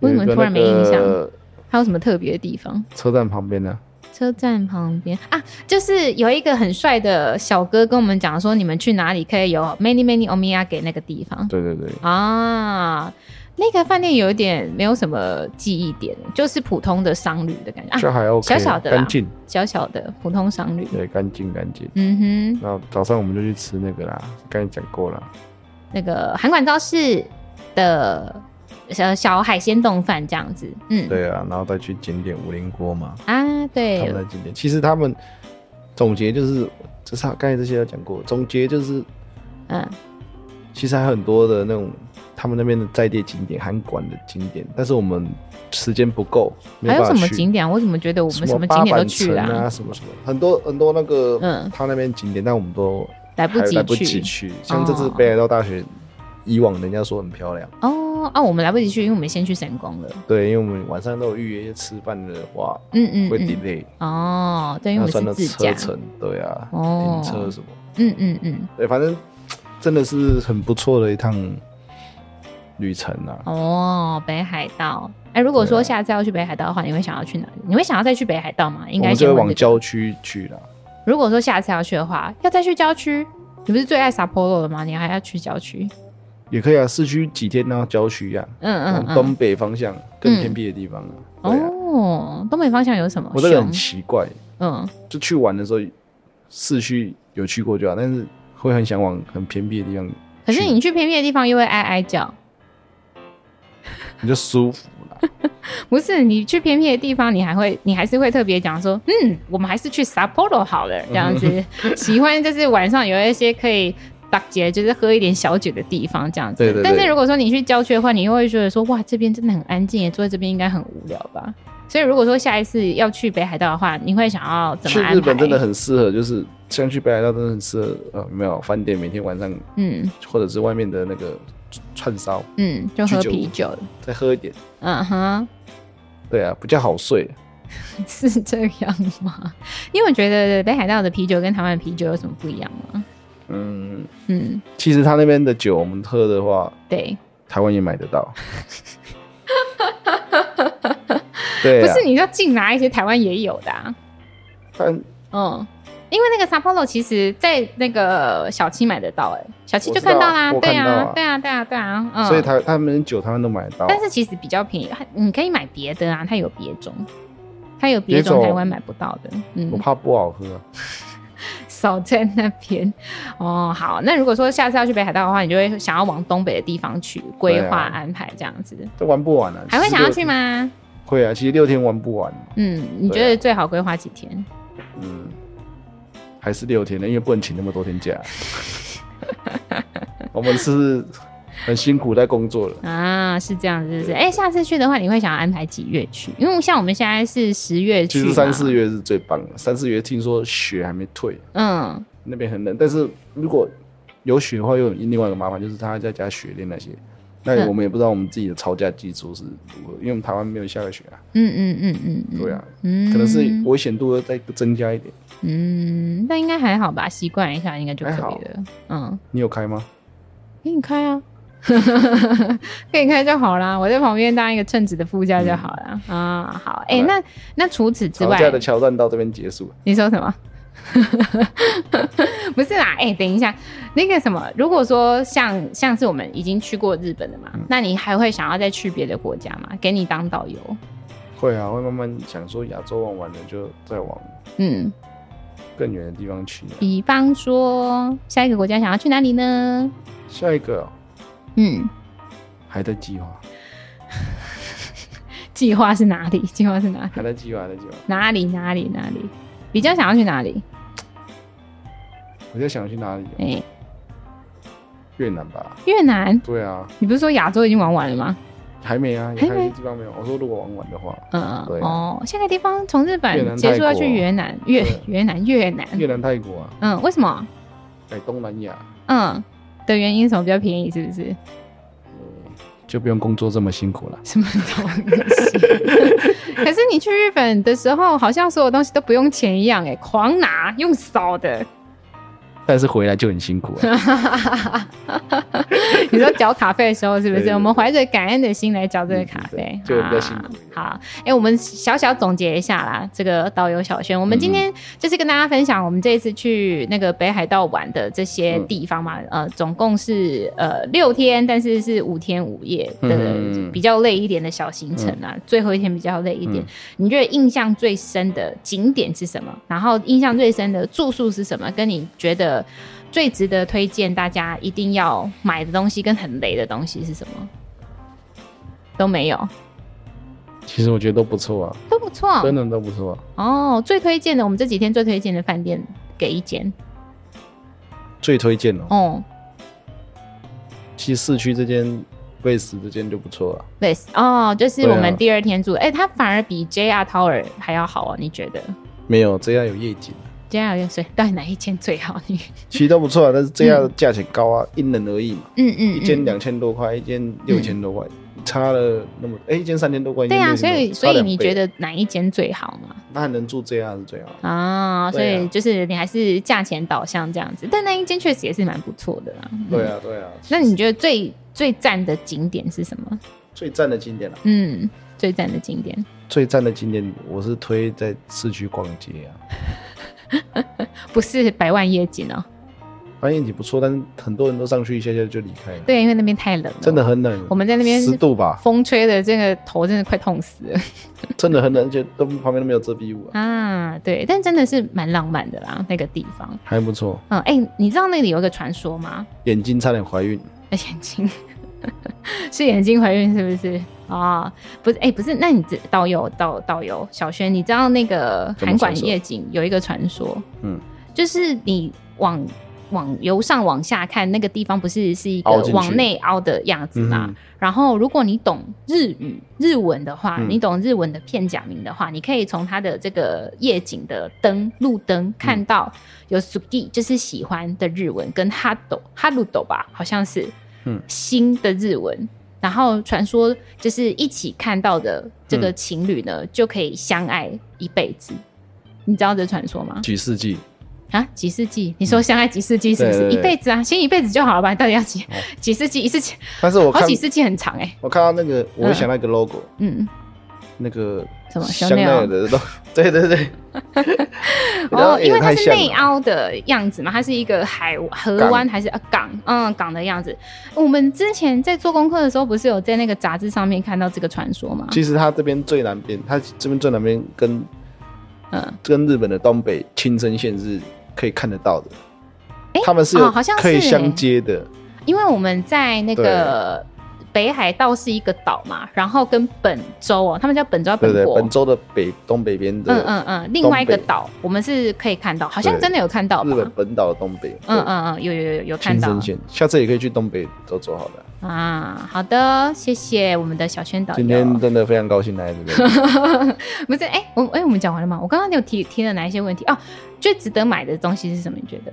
Speaker 1: 为什么
Speaker 2: 有一
Speaker 1: 突
Speaker 2: 个
Speaker 1: 然没印
Speaker 2: 那
Speaker 1: 象？
Speaker 2: 个
Speaker 1: 还有什么特别的地方？
Speaker 2: 车站旁边啊呢，
Speaker 1: 车站旁边啊，就是有一个很帅的小哥跟我们讲说，你们去哪里可以有 many many omia 给那个地方。
Speaker 2: 对对对，
Speaker 1: 啊，那个饭店有一点没有什么记忆点，就是普通的商旅的感觉
Speaker 2: 这
Speaker 1: 啊，
Speaker 2: 还 OK，
Speaker 1: 小小的啦
Speaker 2: 干净，
Speaker 1: 小小的普通商旅。
Speaker 2: 对，干净干净。
Speaker 1: 嗯哼，
Speaker 2: 那早上我们就去吃那个啦，刚才讲过了，
Speaker 1: 那个韩馆超市的呃小小海鲜冻饭这样子。嗯，
Speaker 2: 对啊，然后再去景点五菱锅嘛，
Speaker 1: 啊，
Speaker 2: 他
Speaker 1: 对
Speaker 2: 们，的景点。其实他们总结就是，就是他刚才这些都讲过，总结就是
Speaker 1: 嗯，
Speaker 2: 其实还有很多的那种他们那边的在地景点、韩馆的景点，但是我们时间不够，没
Speaker 1: 还有
Speaker 2: 办
Speaker 1: 什
Speaker 2: 法
Speaker 1: 么
Speaker 2: 去
Speaker 1: 景点？我怎么觉得我们什么景点都去了
Speaker 2: 八坂城
Speaker 1: 啊、
Speaker 2: 啊，什么什么很多很多那个，
Speaker 1: 嗯
Speaker 2: 他那边景点，但我们都
Speaker 1: 来不
Speaker 2: 还
Speaker 1: 及
Speaker 2: 来不及
Speaker 1: 去
Speaker 2: 去。像这次北海道大学，以往人家说很漂亮，
Speaker 1: 哦啊，我们来不及去，因为我们先去神宫了。
Speaker 2: 对，因为我们晚上都有预约吃饭的话
Speaker 1: 嗯嗯
Speaker 2: 会
Speaker 1: 嗯，
Speaker 2: delay，
Speaker 1: 哦，对，因为
Speaker 2: 那
Speaker 1: 我
Speaker 2: 算
Speaker 1: 们
Speaker 2: 到
Speaker 1: 是自驾
Speaker 2: 车。程，对啊，
Speaker 1: 哦
Speaker 2: 停车什么，
Speaker 1: 嗯嗯嗯，
Speaker 2: 对，反正真的是很不错的一趟旅程啊。
Speaker 1: 哦，北海道。哎、如果
Speaker 2: 对啊
Speaker 1: 说下次要去北海道的话，你会想要去哪里？你会想要再去北海道吗？应
Speaker 2: 我
Speaker 1: 该
Speaker 2: 们就
Speaker 1: 先
Speaker 2: 会
Speaker 1: 问
Speaker 2: 往
Speaker 1: 这个
Speaker 2: 郊区去了。
Speaker 1: 如果说下次要去的话，要再去郊区，你不是最爱 Sapporo 了吗？你还要去郊区？
Speaker 2: 也可以啊，市区几天呢？郊区呀、
Speaker 1: 嗯
Speaker 2: 往
Speaker 1: 嗯
Speaker 2: 东
Speaker 1: 嗯。
Speaker 2: 北方向更偏僻的地方啊。对啊，
Speaker 1: 哦，东北方向有什么？
Speaker 2: 我这个人
Speaker 1: 熊
Speaker 2: 很奇怪，
Speaker 1: 嗯，
Speaker 2: 就去玩的时候，市区有去过就好，但是会很想往很偏僻的地方，
Speaker 1: 可是你去偏僻的地方又会哀哀叫，
Speaker 2: 你就舒服啦。
Speaker 1: 不是？你去偏僻的地方，你还会，你还是会特别讲说，嗯，我们还是去 Sapporo 好了，这样子。
Speaker 2: [laughs]
Speaker 1: 喜欢就是晚上有一些可以打劫，就是喝一点小酒的地方这样子。
Speaker 2: 对对对
Speaker 1: 但是如果说你去郊区的话，你又会觉得说，哇，这边真的很安静耶，坐在这边应该很无聊吧。所以如果说下一次要去北海道的话，你会想要怎么
Speaker 2: 去
Speaker 1: 安排？
Speaker 2: 日本真的很适合，就是像去北海道真的很适合，呃，有没有饭店每天晚上
Speaker 1: 嗯
Speaker 2: 或者是外面的那个串烧，
Speaker 1: 嗯，就喝
Speaker 2: 居酒屋
Speaker 1: 啤酒，
Speaker 2: 再喝一点，
Speaker 1: 嗯哼。
Speaker 2: 对啊，比较好睡。
Speaker 1: 是这样吗？ [laughs] 因为我觉得北海道的啤酒跟台湾的啤酒有什么不一样吗？
Speaker 2: 嗯，
Speaker 1: 嗯，
Speaker 2: 其实他那边的酒我们喝的话，
Speaker 1: 对，
Speaker 2: 台湾也买得
Speaker 1: [laughs]
Speaker 2: 到。对、
Speaker 1: 不
Speaker 2: 啊，
Speaker 1: 是你要净拿一些台湾也有的、啊，
Speaker 2: 但
Speaker 1: 嗯，因为那个 Sapporo 其实在那个小七买得到、哎，小七就看到啦，
Speaker 2: 我知道
Speaker 1: 对啊
Speaker 2: 我看到啊，
Speaker 1: 对啊，对啊，对啊，嗯，
Speaker 2: 所以台他们酒他们都买得到，
Speaker 1: 但是其实比较便宜，你可以买别的啊，它有别种。它有别种
Speaker 2: 别种
Speaker 1: 台湾买不到的，嗯
Speaker 2: 我，怕不好喝啊、
Speaker 1: 少在那边哦。好，那如果说下次要去北海道的话，你就会想要往东北的地方去规
Speaker 2: 对啊
Speaker 1: 划安排这样子。
Speaker 2: 这玩不完啊。
Speaker 1: 还会想要
Speaker 2: 其
Speaker 1: 去
Speaker 2: 实六？
Speaker 1: 吗？
Speaker 2: 会啊，其实六天玩不完，
Speaker 1: 嗯，你觉
Speaker 2: 啊
Speaker 1: 得最好规划几天？
Speaker 2: 嗯，还是六天的，因为不能请那么多
Speaker 1: [laughs]
Speaker 2: 天假。我们是很辛苦在工作了，
Speaker 1: 啊，是这样子，是不是？哎、下次去的话，你会想要安排几月去？因为像我们现在是十月去
Speaker 2: 其
Speaker 1: 嘛，
Speaker 2: 实三四月是最棒的。三四月听说雪还没退，
Speaker 1: 嗯，
Speaker 2: 那边很冷，但是如果有雪的话，又有另外一个麻烦，就是它还在加雪链那些。那
Speaker 1: 嗯
Speaker 2: 我们也不知道我们自己的超价技术是如何，因为我们台湾没有下过雪啊，
Speaker 1: 嗯嗯嗯嗯，嗯
Speaker 2: 对啊，
Speaker 1: 嗯，
Speaker 2: 可能是危险度又再增加一点。
Speaker 1: 嗯，但应该还好吧，习惯一下应该就可
Speaker 2: 还好
Speaker 1: 以了。嗯，
Speaker 2: 你有开吗？
Speaker 1: 给你开啊， [laughs] 给你开就好啦，我在旁边当一个称职的副驾就好啦。啊，好，哎、
Speaker 2: 嗯好啦
Speaker 1: 那那除此之
Speaker 2: 吵
Speaker 1: 外，
Speaker 2: 架的桥段到这边结束。
Speaker 1: 你说什么？ [laughs] 不是啦，哎、等一下，那个什么，如果说像像是我们已经去过日本的嘛，
Speaker 2: 嗯
Speaker 1: 那你还会想要再去别的国家吗？给你当导游，
Speaker 2: 会啊，会慢慢想说亚洲玩完了就再往
Speaker 1: 嗯，
Speaker 2: 更远的地方去。
Speaker 1: 比方说下一个国家想要去哪里呢？
Speaker 2: 下一个哦
Speaker 1: 嗯，
Speaker 2: 还在计划，
Speaker 1: 计划是哪里？ [laughs] 计划是哪里？
Speaker 2: 还在计划，还在计划。
Speaker 1: 哪里？哪里？哪里？比较想要去哪里？
Speaker 2: 我在想去哪里哦、
Speaker 1: 哎、
Speaker 2: 越南吧？
Speaker 1: 越南？
Speaker 2: 对啊，
Speaker 1: 你不是说亚洲已经玩完了吗？
Speaker 2: 还没啊，
Speaker 1: 还
Speaker 2: 也
Speaker 1: 没
Speaker 2: 还有一些地方没有。我说如果玩完的话，
Speaker 1: 嗯、
Speaker 2: 对啊
Speaker 1: 哦，下个地方从日
Speaker 2: 越
Speaker 1: 本
Speaker 2: 南
Speaker 1: 结束
Speaker 2: 泰
Speaker 1: 要
Speaker 2: 国
Speaker 1: 去越南，越
Speaker 2: 对
Speaker 1: 越南越南，
Speaker 2: 越南、泰国啊，
Speaker 1: 嗯，为什么？
Speaker 2: 哎，东南亚
Speaker 1: 嗯，的原因是什么比较便宜？是不
Speaker 2: [laughs]
Speaker 1: 是？
Speaker 2: 就不用工作这么辛苦了。
Speaker 1: 什么东
Speaker 2: [laughs]
Speaker 1: 西？可是你去日本的时候，好像所有东西都不用钱一样、哎，狂拿用扫
Speaker 2: [laughs]
Speaker 1: 的。
Speaker 2: 但是回来就很辛苦啊。
Speaker 1: [laughs] 你说缴卡费的时候，是不
Speaker 2: 对对
Speaker 1: 是？
Speaker 2: 对
Speaker 1: 我们怀着感恩的心来缴这个卡费
Speaker 2: 嗯，对对就比较辛苦
Speaker 1: 啊好，哎、我们小小总结一下啦，这个导游小轩，我们今天就是跟大家分享我们这一次去那个北海道玩的这些
Speaker 2: 嗯
Speaker 1: 地方嘛，呃，总共是呃六天，但是是五天五夜的、
Speaker 2: 嗯
Speaker 1: 比较累一点的小行程啊，最后一天比较累一点。
Speaker 2: 嗯
Speaker 1: 你觉得印象最深的景点是什么？然后印象最深的住宿是什么？跟你觉得最值得推荐大家一定要买的东西跟很雷的东西是什么？都没有，
Speaker 2: 其实我觉得都不错啊，
Speaker 1: 都不错
Speaker 2: 真的都不错、啊。
Speaker 1: 哦。最推荐的，我们这几天最推荐的饭店给一间
Speaker 2: 最推荐哦，
Speaker 1: 哦
Speaker 2: 其实市区这间、贝斯这间就不错啊。
Speaker 1: ，less 哦，就是
Speaker 2: 对啊
Speaker 1: 我们第二天住，哎、它反而比 JR Tower 还要好哦。你觉得
Speaker 2: 没有，这样有夜景，
Speaker 1: JR 有水到底哪一间最好？你
Speaker 2: 其实都不错啊，但是这样的价钱高啊，因人而异嘛。
Speaker 1: 嗯嗯，
Speaker 2: 一间
Speaker 1: 嗯
Speaker 2: 两千多块，一间六千多块，差了那么，哎、一间三千多块，
Speaker 1: 对
Speaker 2: 呀、
Speaker 1: 啊，所以所
Speaker 2: 差
Speaker 1: 以
Speaker 2: 两倍
Speaker 1: 你觉得哪一间最好嘛？
Speaker 2: 那能住这样是最好的。
Speaker 1: 啊，所
Speaker 2: 对啊
Speaker 1: 以就是你还是价钱导向这样子，但那一间确实也是蛮不错的啦。
Speaker 2: 对啊，对啊。
Speaker 1: 嗯那你觉得最最赞的景点是什么？
Speaker 2: 最赞的景点啊，
Speaker 1: 嗯，最赞的景点
Speaker 2: 最赞的景点，我是推在市区逛街啊。
Speaker 1: 不是百万夜景哦、
Speaker 2: 反正也不错，但是很多人都上去一下下就离开了，
Speaker 1: 对，因为那边太冷了，
Speaker 2: 真的很冷。
Speaker 1: 我们在那边
Speaker 2: 十度吧，
Speaker 1: 风吹的这个头真的快痛死了
Speaker 2: 真的很冷，而且都旁边都没有遮蔽物、啊，
Speaker 1: 啊！对，但真的是蛮浪漫的啦，那个地方。
Speaker 2: 还不错。
Speaker 1: 嗯，哎、你知道那里有一个传说吗？ [laughs]
Speaker 2: 眼睛差点怀孕，
Speaker 1: 眼睛是眼睛怀孕是不是？哦，不是，哎、不是，那你知导游导导游小轩，你知道那个
Speaker 2: 什么
Speaker 1: 韩馆
Speaker 2: 传说
Speaker 1: 夜景有一个传说，
Speaker 2: 嗯，
Speaker 1: 就是你往往由上往下看，那个地方不是是一个
Speaker 2: 凹进去
Speaker 1: 往内凹的样子嘛？
Speaker 2: 嗯
Speaker 1: 然后如果你懂日语日文的话，
Speaker 2: 嗯
Speaker 1: 你懂日文的片假名的话，你可以从它的这个夜景的灯路灯看到有 suki，就是喜欢的日文跟哈斗哈鲁斗吧，好像是
Speaker 2: 嗯
Speaker 1: 新的日文。然后传说就是一起看到的这个情侣
Speaker 2: 嗯
Speaker 1: 呢，就可以相爱一辈子。你知道这传说吗？
Speaker 2: 举世纪
Speaker 1: 啊，几世纪？你说相爱几世纪是不是
Speaker 2: 对对对
Speaker 1: 一辈子啊？先一辈子就好了吧？你到底要几、几世纪？一世纪
Speaker 2: 但是我
Speaker 1: 好
Speaker 2: 看
Speaker 1: 几世纪很长哎、
Speaker 2: 我看到那个，我会想到一个 logo，、
Speaker 1: 嗯，
Speaker 2: 那个
Speaker 1: 什么
Speaker 2: 香奈儿的 logo，对 [laughs] 对
Speaker 1: [laughs]
Speaker 2: 对。然后
Speaker 1: 哦，因为它
Speaker 2: 太
Speaker 1: 是
Speaker 2: 像
Speaker 1: 内
Speaker 2: 了，
Speaker 1: 凹的样子嘛，它是一个海河湾
Speaker 2: 港
Speaker 1: 还是啊港？嗯，港的样子。我们之前在做功课的时候，不是有在那个杂志上面看到这个传说吗？
Speaker 2: 其实它这边最南边，它这边最南边跟
Speaker 1: 嗯，
Speaker 2: 跟日本的东北青森县是可以看得到的，他们是
Speaker 1: 哦
Speaker 2: 有
Speaker 1: 好像是
Speaker 2: 可以
Speaker 1: 欸
Speaker 2: 相接的，
Speaker 1: 因为我们在那个北海道是一个岛嘛，然后跟本州哦，他们叫本州还是
Speaker 2: 对不
Speaker 1: 本
Speaker 2: 对？
Speaker 1: 国，
Speaker 2: 本州的北东北边的
Speaker 1: 嗯嗯嗯，另外一个
Speaker 2: 东北
Speaker 1: 岛我们是可以看到，好像
Speaker 2: 对
Speaker 1: 真的有看到吧？
Speaker 2: 日本本岛的东北，
Speaker 1: 嗯
Speaker 2: 对，
Speaker 1: 嗯嗯，有有有有看
Speaker 2: 青
Speaker 1: 到
Speaker 2: 森县，下次也可以去东北走走，好了。
Speaker 1: 啊。好的，谢谢我们的小轩导
Speaker 2: 今天
Speaker 1: 游。
Speaker 2: 真的非常高兴来这边，
Speaker 1: [laughs] 不是，哎、我哎、我们讲完了吗？我刚刚有提提了哪一些问题哦？最值得买的东西是什么？你觉得？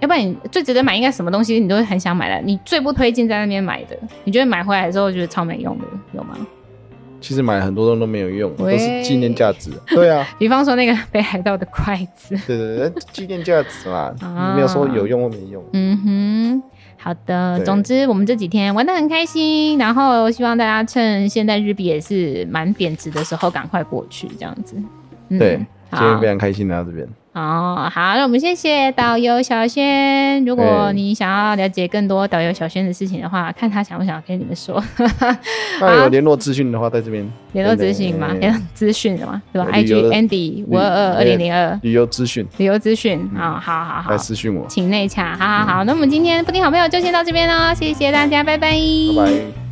Speaker 1: 要不然你最值得买应该什么东西你都会很想买了？你最不推荐在那边买的，你觉得买回来之后觉得超没用的，有吗？
Speaker 2: [laughs] 其实买很多东西都没有用，
Speaker 1: 喂
Speaker 2: 都是纪念价
Speaker 1: [laughs]
Speaker 2: 值。对啊，
Speaker 1: 比方说那个 [laughs] 北海道的筷子。
Speaker 2: 对对对，纪念价
Speaker 1: [laughs]
Speaker 2: 值嘛，
Speaker 1: 啊
Speaker 2: 你没有说有用或没用。
Speaker 1: 嗯哼，好的。
Speaker 2: 对
Speaker 1: 总之，我们这几天玩的很开心，然后希望大家趁现在日币也是蛮贬值的时候，赶快过去这样子。嗯、
Speaker 2: 对，今
Speaker 1: 好
Speaker 2: 天非常开心来到这边。
Speaker 1: 哦，好，那我们谢谢导游小轩。如果
Speaker 2: 对
Speaker 1: 你想要了解更多导游小轩的事情的话，看他想不想跟你们说 [laughs]
Speaker 2: 那有联络资讯的话，在这边哎
Speaker 1: 联络资讯嘛，
Speaker 2: 对
Speaker 1: [laughs] 联络资讯嘛，对吧
Speaker 2: 对旅游嗯
Speaker 1: ？IG
Speaker 2: 的
Speaker 1: Andy 五二二二零零二
Speaker 2: 旅游资讯
Speaker 1: 旅游资讯啊，好好好
Speaker 2: 来，私讯我，嗯
Speaker 1: 请内洽，好好好。那我们今天布丁好朋友就先到这边喽，谢谢大家，拜拜
Speaker 2: 拜拜。